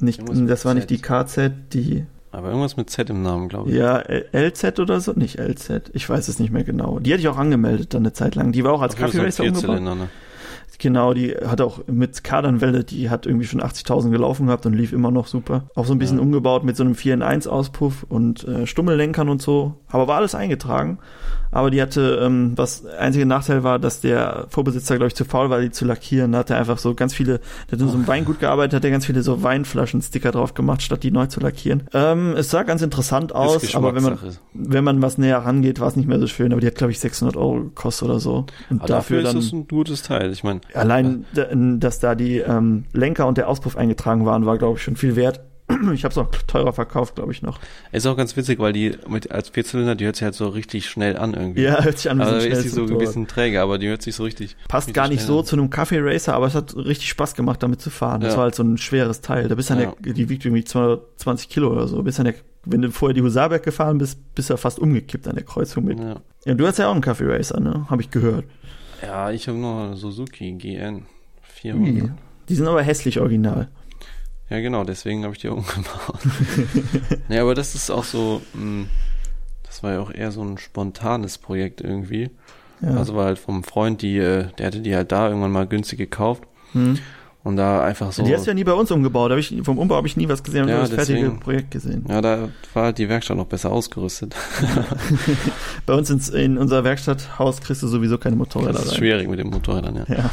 A: Nicht,
B: Irgendwas mit
A: das war nicht die
B: Z.
A: KZ, die
B: Aber irgendwas mit Z im Namen, glaube ich.
A: ja L- LZ oder so, nicht LZ. Ich weiß es nicht mehr genau. Die hatte ich auch angemeldet dann eine Zeit lang. Die war auch als
B: Obwohl, das ist
A: Kaffee
B: ein
A: Racer umgebaut.
B: Vierzylinder, ne?
A: Genau, die hat auch mit Kardanwelle, die hat irgendwie schon 80.000 gelaufen gehabt und lief immer noch super. Auch so ein bisschen
B: Ja.
A: umgebaut mit so einem 4 in 1 Auspuff und äh, Stummellenkern und so. Aber war alles eingetragen. Aber die hatte, ähm, was einzige Nachteil war, dass der Vorbesitzer, glaube ich, zu faul war, die zu lackieren. Da hat er einfach so ganz viele, der hat in so einem Weingut gearbeitet, hat er ganz viele so Weinflaschensticker drauf gemacht, statt die neu zu lackieren. Ähm, es sah ganz interessant aus,
B: Ist
A: aber wenn man,
B: Geschmackssache.
A: wenn man was näher rangeht, war es nicht mehr so schön. Aber die hat, glaube ich, 600 Euro gekostet oder so. Und
B: Aber dafür ist das ein gutes Teil. Ich meine,
A: Allein, d- dass da die ähm, Lenker und der Auspuff eingetragen waren, war, glaube ich, schon viel wert. Ich habe es auch teurer verkauft, glaube ich, noch.
B: ist auch ganz witzig, weil die mit, als Vierzylinder, die hört sich halt so richtig schnell an irgendwie.
A: Ja, hört sich an wie so ein
B: Also ist die
A: schnelles
B: so ein
A: Motorrad.
B: bisschen träge, aber die hört sich so richtig.
A: Passt
B: richtig
A: gar nicht
B: schnell
A: so
B: an.
A: zu einem Kaffee Racer, aber es hat richtig Spaß gemacht, damit zu fahren. Das
B: Ja.
A: war halt so ein schweres Teil. Da bist du an
B: Ja.
A: der, die wiegt irgendwie 220 Kilo oder so. Bist an der, wenn du vorher die Husarberg gefahren bist, bist du ja fast umgekippt an der Kreuzung mit.
B: Ja.
A: Ja, du hast ja auch einen Kaffee Racer, ne? Habe ich gehört.
B: Ja, ich habe noch eine Suzuki GN 400.
A: Ui. Die sind aber hässlich original.
B: Ja, genau, deswegen habe ich die umgebaut. nee, aber das ist auch so, mh, das war ja auch eher so ein spontanes Projekt irgendwie.
A: Ja.
B: Also war halt vom Freund, die, äh, der hatte die halt da irgendwann mal günstig gekauft
A: hm.
B: und da einfach so.
A: Die hast du ja nie bei uns umgebaut. Da Hab ich, vom Umbau habe ich nie was gesehen, hab
B: Ja,
A: nur das fertige
B: deswegen.
A: Projekt gesehen.
B: ja, da war halt die Werkstatt noch besser ausgerüstet.
A: Bei uns ins, in unser Werkstatthaus kriegst du sowieso keine Motorräder
B: Das ist
A: rein.
B: schwierig mit den Motorrädern, ja.
A: Ja.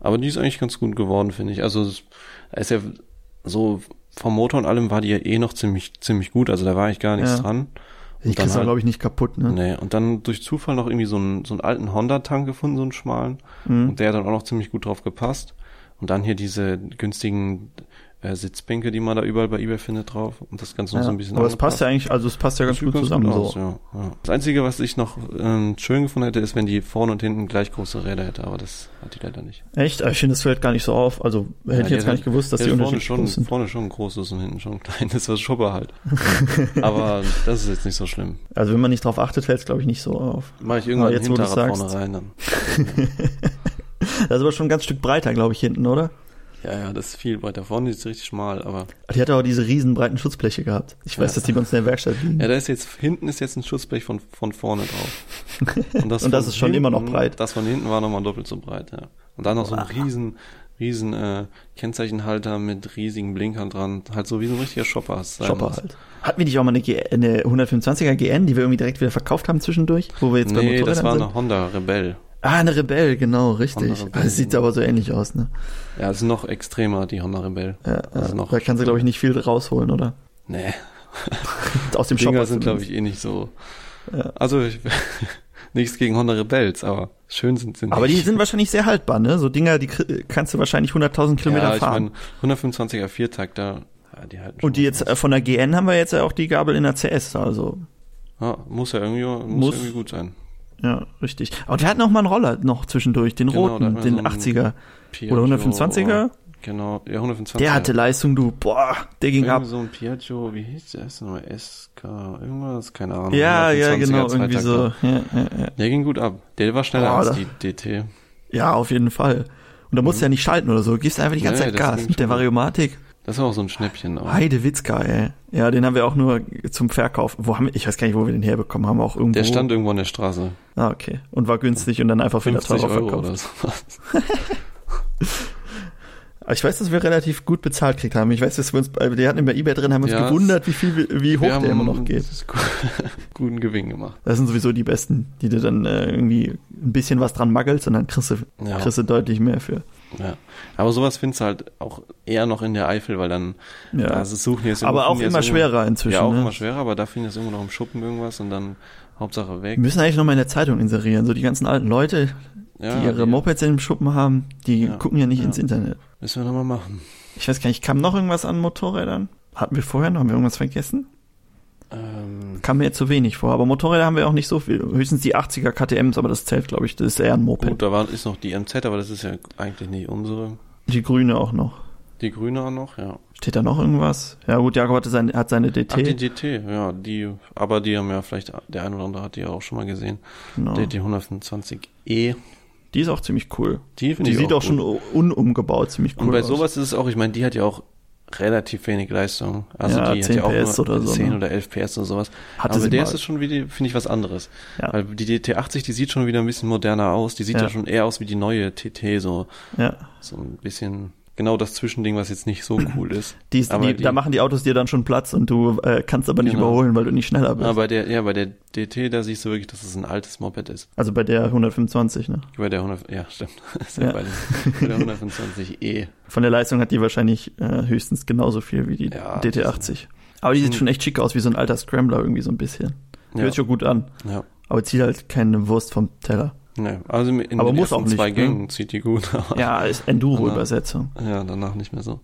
B: Aber die ist eigentlich ganz gut geworden, finde ich. Also es ist ja so vom Motor und allem war die ja eh noch ziemlich ziemlich gut. Also da war ich gar nichts
A: Ja.
B: dran.
A: Die
B: Und dann
A: kriegst du,
B: halt-
A: glaube ich, nicht kaputt, ne?
B: Nee, und dann durch Zufall noch irgendwie so einen, so einen alten Honda-Tank gefunden, so einen schmalen.
A: Mhm.
B: Und der hat dann auch noch ziemlich gut drauf gepasst. Und dann hier diese günstigen äh, Sitzbänke, die man da überall bei eBay findet, drauf. Und das Ganze noch
A: Ja.
B: so ein bisschen
A: Aber es passt ja eigentlich, also es passt ja ganz
B: Sieht
A: gut zusammen
B: aus,
A: so.
B: ja, ja. Das Einzige, was ich noch ähm, schön gefunden hätte, ist, wenn die vorne und hinten gleich große Räder hätte, aber das hat die leider nicht.
A: Echt? Aber ich finde, das fällt gar nicht so auf. Also hätte
B: Ja,
A: ich
B: die
A: jetzt gar
B: hat-
A: nicht gewusst, dass
B: Ja,
A: die
B: vorne,
A: unterschiedlich
B: schon,
A: groß sind.
B: vorne schon ein großes und hinten schon ein kleines, was Schupper halt. aber das ist jetzt nicht so schlimm.
A: Also wenn man nicht drauf achtet, fällt es, glaube ich, nicht so auf.
B: Mach ich irgendwann
A: Aber
B: ein
A: jetzt, wo du's
B: Hinterrad vorne
A: sagst.
B: rein dann.
A: Das ist aber schon ein ganz Stück breiter, glaube ich, hinten, oder?
B: Ja, ja, das ist viel weiter vorne, die ist richtig schmal, aber.
A: Die hat auch diese riesenbreiten Schutzbleche gehabt. Ich weiß,
B: Ja.
A: dass die bei uns in der Werkstatt liegen.
B: Ja, da ist jetzt, hinten ist jetzt ein Schutzblech von, von vorne drauf.
A: Und das
B: von
A: ist schon immer noch
B: hinten-
A: breit.
B: Das von hinten war nochmal doppelt so breit, ja. Und dann noch so ein riesen, riesen äh, Kennzeichenhalter mit riesigen Blinkern dran. Halt so wie so ein richtiger Shopper. sein
A: Shopper
B: muss.
A: halt. Hatten wir nicht auch mal eine, G eine 125er GN, die wir irgendwie direkt wieder verkauft haben zwischendurch, wo wir jetzt bei
B: Nee,
A: Motorrädern
B: das war
A: sind?
B: eine Honda Rebell.
A: Ah, eine Rebell, genau, richtig.
B: Andere Rebell.
A: Ah, Das sieht aber so ähnlich aus, ne?
B: Ja, ist noch extremer, die Honda Rebell.
A: Ja,
B: Also
A: ja.
B: noch-
A: da kann sie, glaube ich, nicht viel rausholen, oder?
B: Nee,
A: Aus dem
B: Dinger
A: Shopper
B: sind, glaube
A: zumindest.
B: ich, eh nicht so.
A: Ja.
B: Also, ich, nichts gegen Honda Rebels, aber schön sind sie nicht.
A: Aber die sind wahrscheinlich sehr haltbar, ne? So Dinger, die kri- kannst du wahrscheinlich 100.000 Kilometer
B: ja, ich
A: fahren.
B: mein, 125er Viertakt, da, ja, die halten schon
A: Und die
B: was
A: jetzt äh, von der GN haben wir jetzt ja auch die Gabel in der CS, also
B: aus. Ja, muss ja irgendwie, muss,
A: Muss.
B: irgendwie gut sein.
A: ja, richtig. Aber wir hatten auch mal einen Roller noch zwischendurch, den
B: Genau, da hatten
A: roten,
B: wir
A: den
B: so einen
A: 80er
B: Piaggio,
A: oder 125er.
B: Genau, ja, 125er.
A: Der hatte Leistung, du, boah, der ging ab.
B: Irgendwie so ein Piaggio, wie hieß der erste nochmal? SK, irgendwas, keine Ahnung.
A: Ja, ja,
B: 125er
A: genau, irgendwie so.
B: Zweitakter.
A: Ja, ja, ja.
B: Der ging gut ab. Der war schneller
A: Boah,
B: als
A: da-
B: die DT.
A: ja, auf jeden Fall. Und da musst du ja nicht schalten oder so, gibst einfach die ganze
B: Mhm. Nee,
A: Zeit
B: das
A: Gas
B: ging
A: mit der
B: schon.
A: Variomatik.
B: Das war auch so ein Schnäppchen. Aber
A: Heidewitzka, ey. Ja, den haben wir auch nur zum Verkauf. Wo haben wir, ich weiß gar nicht, wo wir den herbekommen haben, wir auch irgendwo.
B: der stand irgendwo an der Straße.
A: Ah, okay. Und war günstig und dann einfach wieder
B: 50
A: teurer
B: Euro
A: verkauft.
B: oder so.
A: Aber Ich weiß, dass wir relativ gut bezahlt gekriegt haben. Ich weiß, dass wir uns, bei- die hatten ihn bei eBay drin, haben uns
B: Ja,
A: gewundert, wie viel, wir- wie hoch der immer noch geht.
B: guten Gewinn gemacht.
A: Das sind sowieso die besten, die dir dann äh, irgendwie ein bisschen was dran maggelst und dann kriegst du,
B: Ja.
A: kriegst du deutlich mehr für.
B: Ja. Aber sowas findest du halt auch eher noch in der Eifel, weil dann
A: Ja.
B: also suchen jetzt
A: aber auch
B: finden jetzt
A: immer
B: irgendwo-
A: schwerer inzwischen.
B: Ja, auch
A: ne?
B: immer schwerer, aber da finden jetzt irgendwo noch im Schuppen irgendwas und dann Hauptsache weg.
A: Wir müssen eigentlich nochmal in der Zeitung inserieren. So die ganzen alten Leute,
B: Ja,
A: die ihre Mopeds in dem Schuppen haben, die
B: Ja.
A: gucken ja nicht
B: Ja.
A: ins Internet.
B: Müssen wir nochmal machen.
A: Ich weiß gar nicht, kam noch irgendwas an Motorrädern? Hatten wir vorher noch? Haben wir irgendwas vergessen?
B: Ähm,
A: Kam mir jetzt zu wenig vor. Aber Motorräder haben wir auch nicht so viel. Höchstens die 80er KTMs, aber das zählt, glaube ich. Das ist eher ein Moped.
B: gut, da war, ist noch die MZ, aber das ist ja eigentlich nicht unsere.
A: Die grüne auch noch.
B: Die Grüne auch noch, ja.
A: Steht da noch irgendwas? Ja gut, Jakob hatte sein, hat seine
B: Ach, die
A: DT.
B: DT, ja, die, aber die haben ja vielleicht, der eine oder andere hat die ja auch schon mal gesehen.
A: genau.
B: DT 125E.
A: Die ist auch ziemlich cool.
B: E. Die, find
A: Die
B: ich
A: sieht auch,
B: gut.
A: schon u- unumgebaut ziemlich cool
B: Und bei
A: aus.
B: sowas ist es auch, ich meine, die hat ja auch relativ wenig Leistung. Also
A: Ja,
B: die
A: 10
B: hat ja auch
A: PS
B: nur
A: oder so,
B: 10
A: ne?
B: oder 11 PS oder sowas.
A: Hatte
B: Aber
A: sie
B: der
A: mal.
B: ist es schon wieder, finde ich, was anderes.
A: Ja.
B: Weil die DT80, die sieht schon wieder ein bisschen moderner aus. Die sieht ja,
A: Ja.
B: schon eher aus wie die neue TT, so,
A: ja.
B: so ein bisschen genau das Zwischending, was jetzt nicht so cool ist.
A: die ist,
B: aber
A: die,
B: die-
A: da machen die Autos dir dann schon Platz und du äh, kannst aber nicht
B: Genau.
A: überholen, weil du nicht schneller bist.
B: Aber bei der, ja, bei der DT, da siehst du wirklich, dass es ein altes Moped ist.
A: also bei der 125, ne?
B: Bei der 100, ja, stimmt. Ist
A: Ja.
B: ja. Bei, den, bei der E. 125E.
A: Von der Leistung hat die wahrscheinlich äh, höchstens genauso viel wie die
B: Ja,
A: DT80. Aber die sieht
B: Hm.
A: schon echt schick aus, wie so ein alter Scrambler irgendwie so ein bisschen.
B: Ja.
A: Hört sich schon gut an,
B: Ja.
A: aber zieht halt keine Wurst vom Teller.
B: Nee, also in
A: Aber
B: den
A: muss
B: ersten
A: auch nicht,
B: zwei
A: ne?
B: Gängen zieht die gut, aber ja.
A: Ja, ist Enduro-Übersetzung.
B: danach nicht mehr so.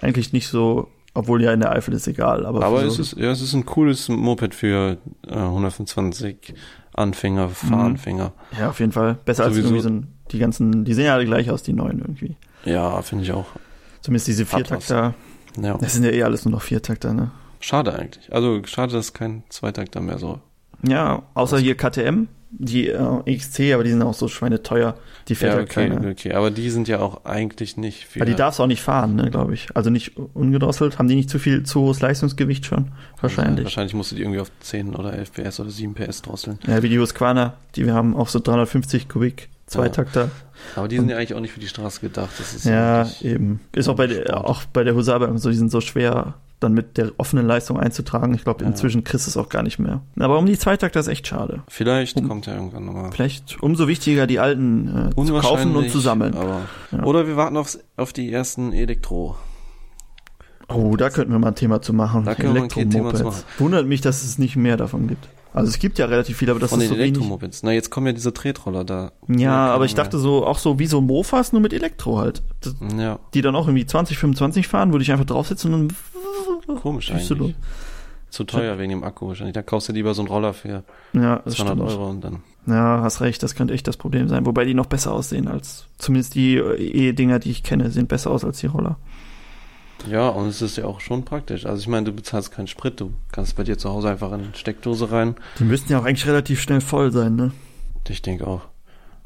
A: Eigentlich nicht so, obwohl ja in der Eifel ist egal, aber,
B: Aber
A: für
B: es
A: so,
B: ist, ja, es ist ein cooles Moped für äh, 125
A: Mhm.
B: Anfänger, Fahranfänger.
A: ja auf jeden Fall besser als
B: Sowieso.
A: irgendwie so ein, die ganzen, die sehen ja alle gleich aus, die neuen irgendwie.
B: Ja, finde ich auch.
A: Zumindest diese
B: Hat was.
A: Viertakter,
B: Ja.
A: das sind ja eh alles nur noch Viertakter, ne?
B: Schade eigentlich. Also schade, dass kein Zweitakter mehr so.
A: Ja, außer hier KTM, die äh, XC, aber die sind auch so schweineteuer, die fährt
B: Ja,
A: ja,
B: okay,
A: keiner.
B: okay. Aber die sind ja auch eigentlich nicht viel.
A: Aber die darfst du auch nicht fahren, ne, glaube ich. Also nicht ungedrosselt. Haben die nicht zu viel, zu hohes Leistungsgewicht schon? Wahrscheinlich.
B: Also, Wahrscheinlich musst du die irgendwie auf 10 oder 11 PS oder 7 PS drosseln.
A: Ja, wie die Husqvarna, die wir haben, auch so 350 Kubik, Zweitakter.
B: Aber die sind ja eigentlich auch nicht für die Straße gedacht. Das ist
A: Ja,
B: eigentlich-
A: eben. Ist auch bei,
B: Sport.
A: der, auch bei der Husabe und so, die sind so schwer dann mit der offenen Leistung einzutragen. Ich glaube,
B: Ja.
A: inzwischen kriegst du es auch gar nicht mehr. Aber um die Zweitakter ist echt schade.
B: Vielleicht
A: Um-
B: kommt ja irgendwann nochmal.
A: Vielleicht umso wichtiger, die alten äh, zu
B: Unwahrscheinlich,
A: kaufen und zu sammeln.
B: Aber
A: Ja.
B: Oder wir warten aufs, auf die ersten Elektro.
A: Oh, da könnten wir mal ein Thema zu machen.
B: Da können wir mal ein Thema zu
A: Elektromopeds. Wundert mich, dass es nicht mehr davon gibt. Also es gibt ja relativ viele, aber das
B: Von
A: ist
B: den
A: so wenig.
B: Elektromopeds. Na, jetzt kommen ja diese Tretroller da.
A: Ja,
B: keine
A: aber ich
B: mehr.
A: dachte so, auch so wie so Mofas, nur mit Elektro halt. Das,
B: Ja,
A: die dann auch irgendwie 20, 25 fahren, würde ich einfach draufsitzen und
B: komisch
A: Siehst du
B: eigentlich. Zu teuer wegen dem Akku wahrscheinlich. Da kaufst du lieber so einen Roller für
A: dann, ja, das
B: 200
A: stimmt.
B: Euro und dann.
A: Ja, hast recht, das könnte echt das Problem sein. Wobei die noch besser aussehen als, zumindest die äh, E-Dinger, die ich kenne, sehen besser aus als die Roller.
B: Ja, und es ist ja auch schon praktisch. Also ich meine, du bezahlst keinen Sprit, du kannst bei dir zu Hause einfach in eine Steckdose rein.
A: Die müssten ja auch eigentlich relativ schnell voll sein, ne?
B: Ich denke auch.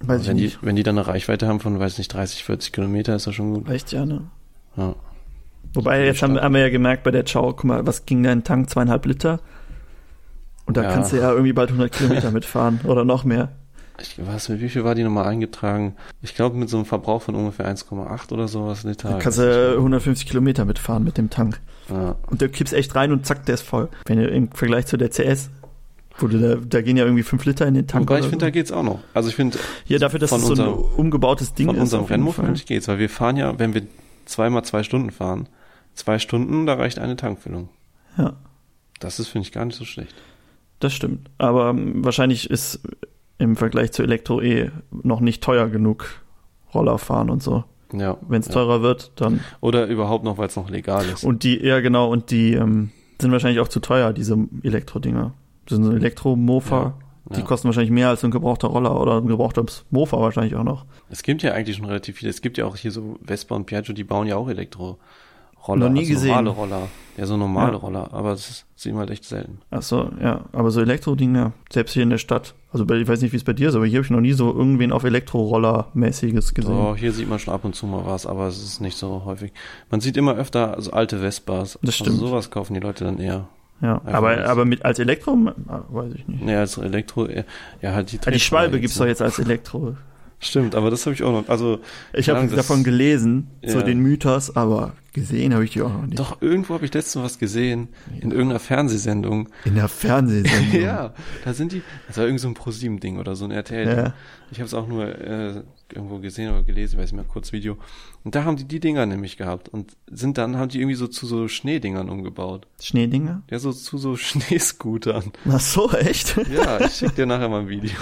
A: Weiß ich
B: wenn, die,
A: nicht.
B: wenn die dann eine Reichweite haben von, weiß nicht, 30, 40 Kilometer, ist das schon gut.
A: Reicht ja, ne?
B: Ja.
A: Wobei, jetzt haben, haben wir ja gemerkt bei der Ciao, guck mal, was ging da in den Tank? Zweieinhalb Liter. Und da
B: Ja.
A: kannst du ja irgendwie bald 100 Kilometer mitfahren oder noch mehr.
B: ich, was, mit wie viel war die nochmal eingetragen? Ich glaube, mit so einem Verbrauch von ungefähr 1,8 oder sowas Liter.
A: Da kannst du 150 Kilometer mitfahren mit dem Tank.
B: Ja.
A: Und du kippst echt rein und zack, der ist voll. Wenn du im Vergleich zu der CS, wo du da, da gehen ja irgendwie 5 Liter in den Tank.
B: Wobei ich
A: oder
B: finde, da geht's auch noch. Also ich finde,
A: so. ja, dafür, dass
B: von
A: es so ein
B: unserem-
A: umgebautes Ding
B: von
A: ist.
B: unserem
A: auf jeden
B: Rennmobil
A: Fall.
B: nicht geht's, weil wir fahren ja, wenn wir zweimal zwei Stunden fahren, zwei Stunden, da reicht eine Tankfüllung.
A: Ja.
B: Das ist, finde ich, gar nicht so schlecht.
A: Das stimmt. Aber ähm, wahrscheinlich ist im Vergleich zu Elektro eh noch nicht teuer genug Roller fahren und so.
B: Ja.
A: Wenn es
B: ja.
A: teurer wird, dann.
B: Oder überhaupt noch, weil es noch legal ist.
A: Und die, ja genau, und die ähm, sind wahrscheinlich auch zu teuer, diese Elektrodinger. Das sind so Elektromofa.
B: Ja,
A: Die
B: ja.
A: kosten wahrscheinlich mehr als so ein gebrauchter Roller oder ein gebrauchter Mofa wahrscheinlich auch noch.
B: Es gibt ja eigentlich schon relativ viele. Es gibt ja auch hier so Vespa und Piaggio, die bauen ja auch Elektroroller.
A: Noch nie
B: also
A: gesehen.
B: Normale Roller. Ja, so normale
A: Ja.
B: Roller. Aber das sieht man halt echt selten.
A: Achso, ja. Aber so Elektrodinger, selbst hier in der Stadt. Also bei, ich weiß nicht, wie es bei dir ist, aber hier habe ich noch nie so irgendwen auf Elektroroller-mäßiges gesehen.
B: So, hier sieht man schon ab und zu mal was, aber es ist nicht so häufig. Man sieht immer öfter also alte Vespas.
A: Das stimmt.
B: Also sowas kaufen die Leute dann eher.
A: ja.
B: einfach
A: Aber,
B: nicht.
A: aber mit, als Elektro, ah, weiß ich nicht.
B: Nee, als Elektro, ja, halt die
A: Ah, die Schwalbe
B: Tretmühle
A: gibt's
B: jetzt,
A: doch
B: ne?
A: jetzt als Elektro.
B: Stimmt, aber das habe ich auch noch. Also,
A: Ich habe
B: Ja, das-
A: davon gelesen, so
B: Ja.
A: den Mythos, aber gesehen habe ich die auch noch nicht.
B: doch, irgendwo habe ich letztens was gesehen, in irgendeiner Fernsehsendung.
A: In der Fernsehsendung.
B: Ja, da sind die, das war irgend so ein ProSieben-Ding oder so ein RTL. -Ding.
A: Ja.
B: Ich habe es auch nur äh, irgendwo gesehen oder gelesen, ich weiß nicht mehr, kurz Video. Und da haben die die Dinger nämlich gehabt und sind dann, haben die irgendwie so zu so Schneedingern umgebaut.
A: Schneedinger?
B: Ja, so zu so Schneescootern.
A: Ach so, echt?
B: Ja, ich schick dir nachher mal ein Video.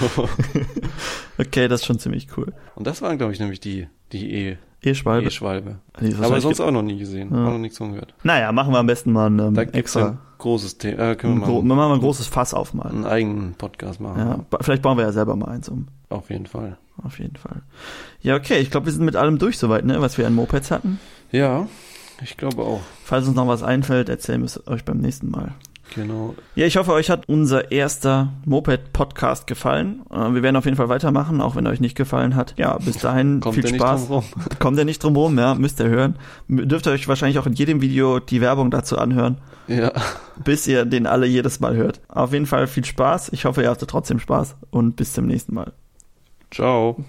A: Okay, das ist schon ziemlich cool.
B: Und das waren, glaube ich, nämlich die, die E-
A: E-Schwalbe.
B: E-Schwalbe.
A: Die ist
B: Aber
A: wahrscheinlich
B: sonst
A: ge-
B: auch noch nie gesehen, auch noch nichts von gehört.
A: naja, machen wir am besten mal ein ähm,
B: Da gibt's ein
A: extra.
B: großes Thema. Äh,
A: Ein
B: können
A: gro wir
B: wir mal
A: machen mal ein großes Fass aufmalen.
B: einen eigenen Podcast machen.
A: Ja, ba- vielleicht bauen wir ja selber mal eins um.
B: Auf jeden Fall.
A: Auf jeden Fall. Ja, okay, ich glaube, wir sind mit allem durch soweit, ne, was wir an Mopeds hatten.
B: Ja, ich glaube auch.
A: Falls uns noch was einfällt, erzählen wir es euch beim nächsten Mal.
B: Genau.
A: Ja, ich hoffe, euch hat unser erster Moped-Podcast gefallen. Äh, Wir werden auf jeden Fall weitermachen, auch wenn er euch nicht gefallen hat. Ja, bis dahin
B: Kommt
A: viel
B: ihr nicht
A: Spaß.
B: drum rum.
A: Kommt ihr nicht drum rum, ja, müsst ihr hören. M- Dürft ihr euch wahrscheinlich auch in jedem Video die Werbung dazu anhören,
B: Ja.
A: bis ihr den alle jedes Mal hört. Auf jeden Fall viel Spaß. Ich hoffe, ihr hattet trotzdem Spaß und bis zum nächsten Mal.
B: Ciao.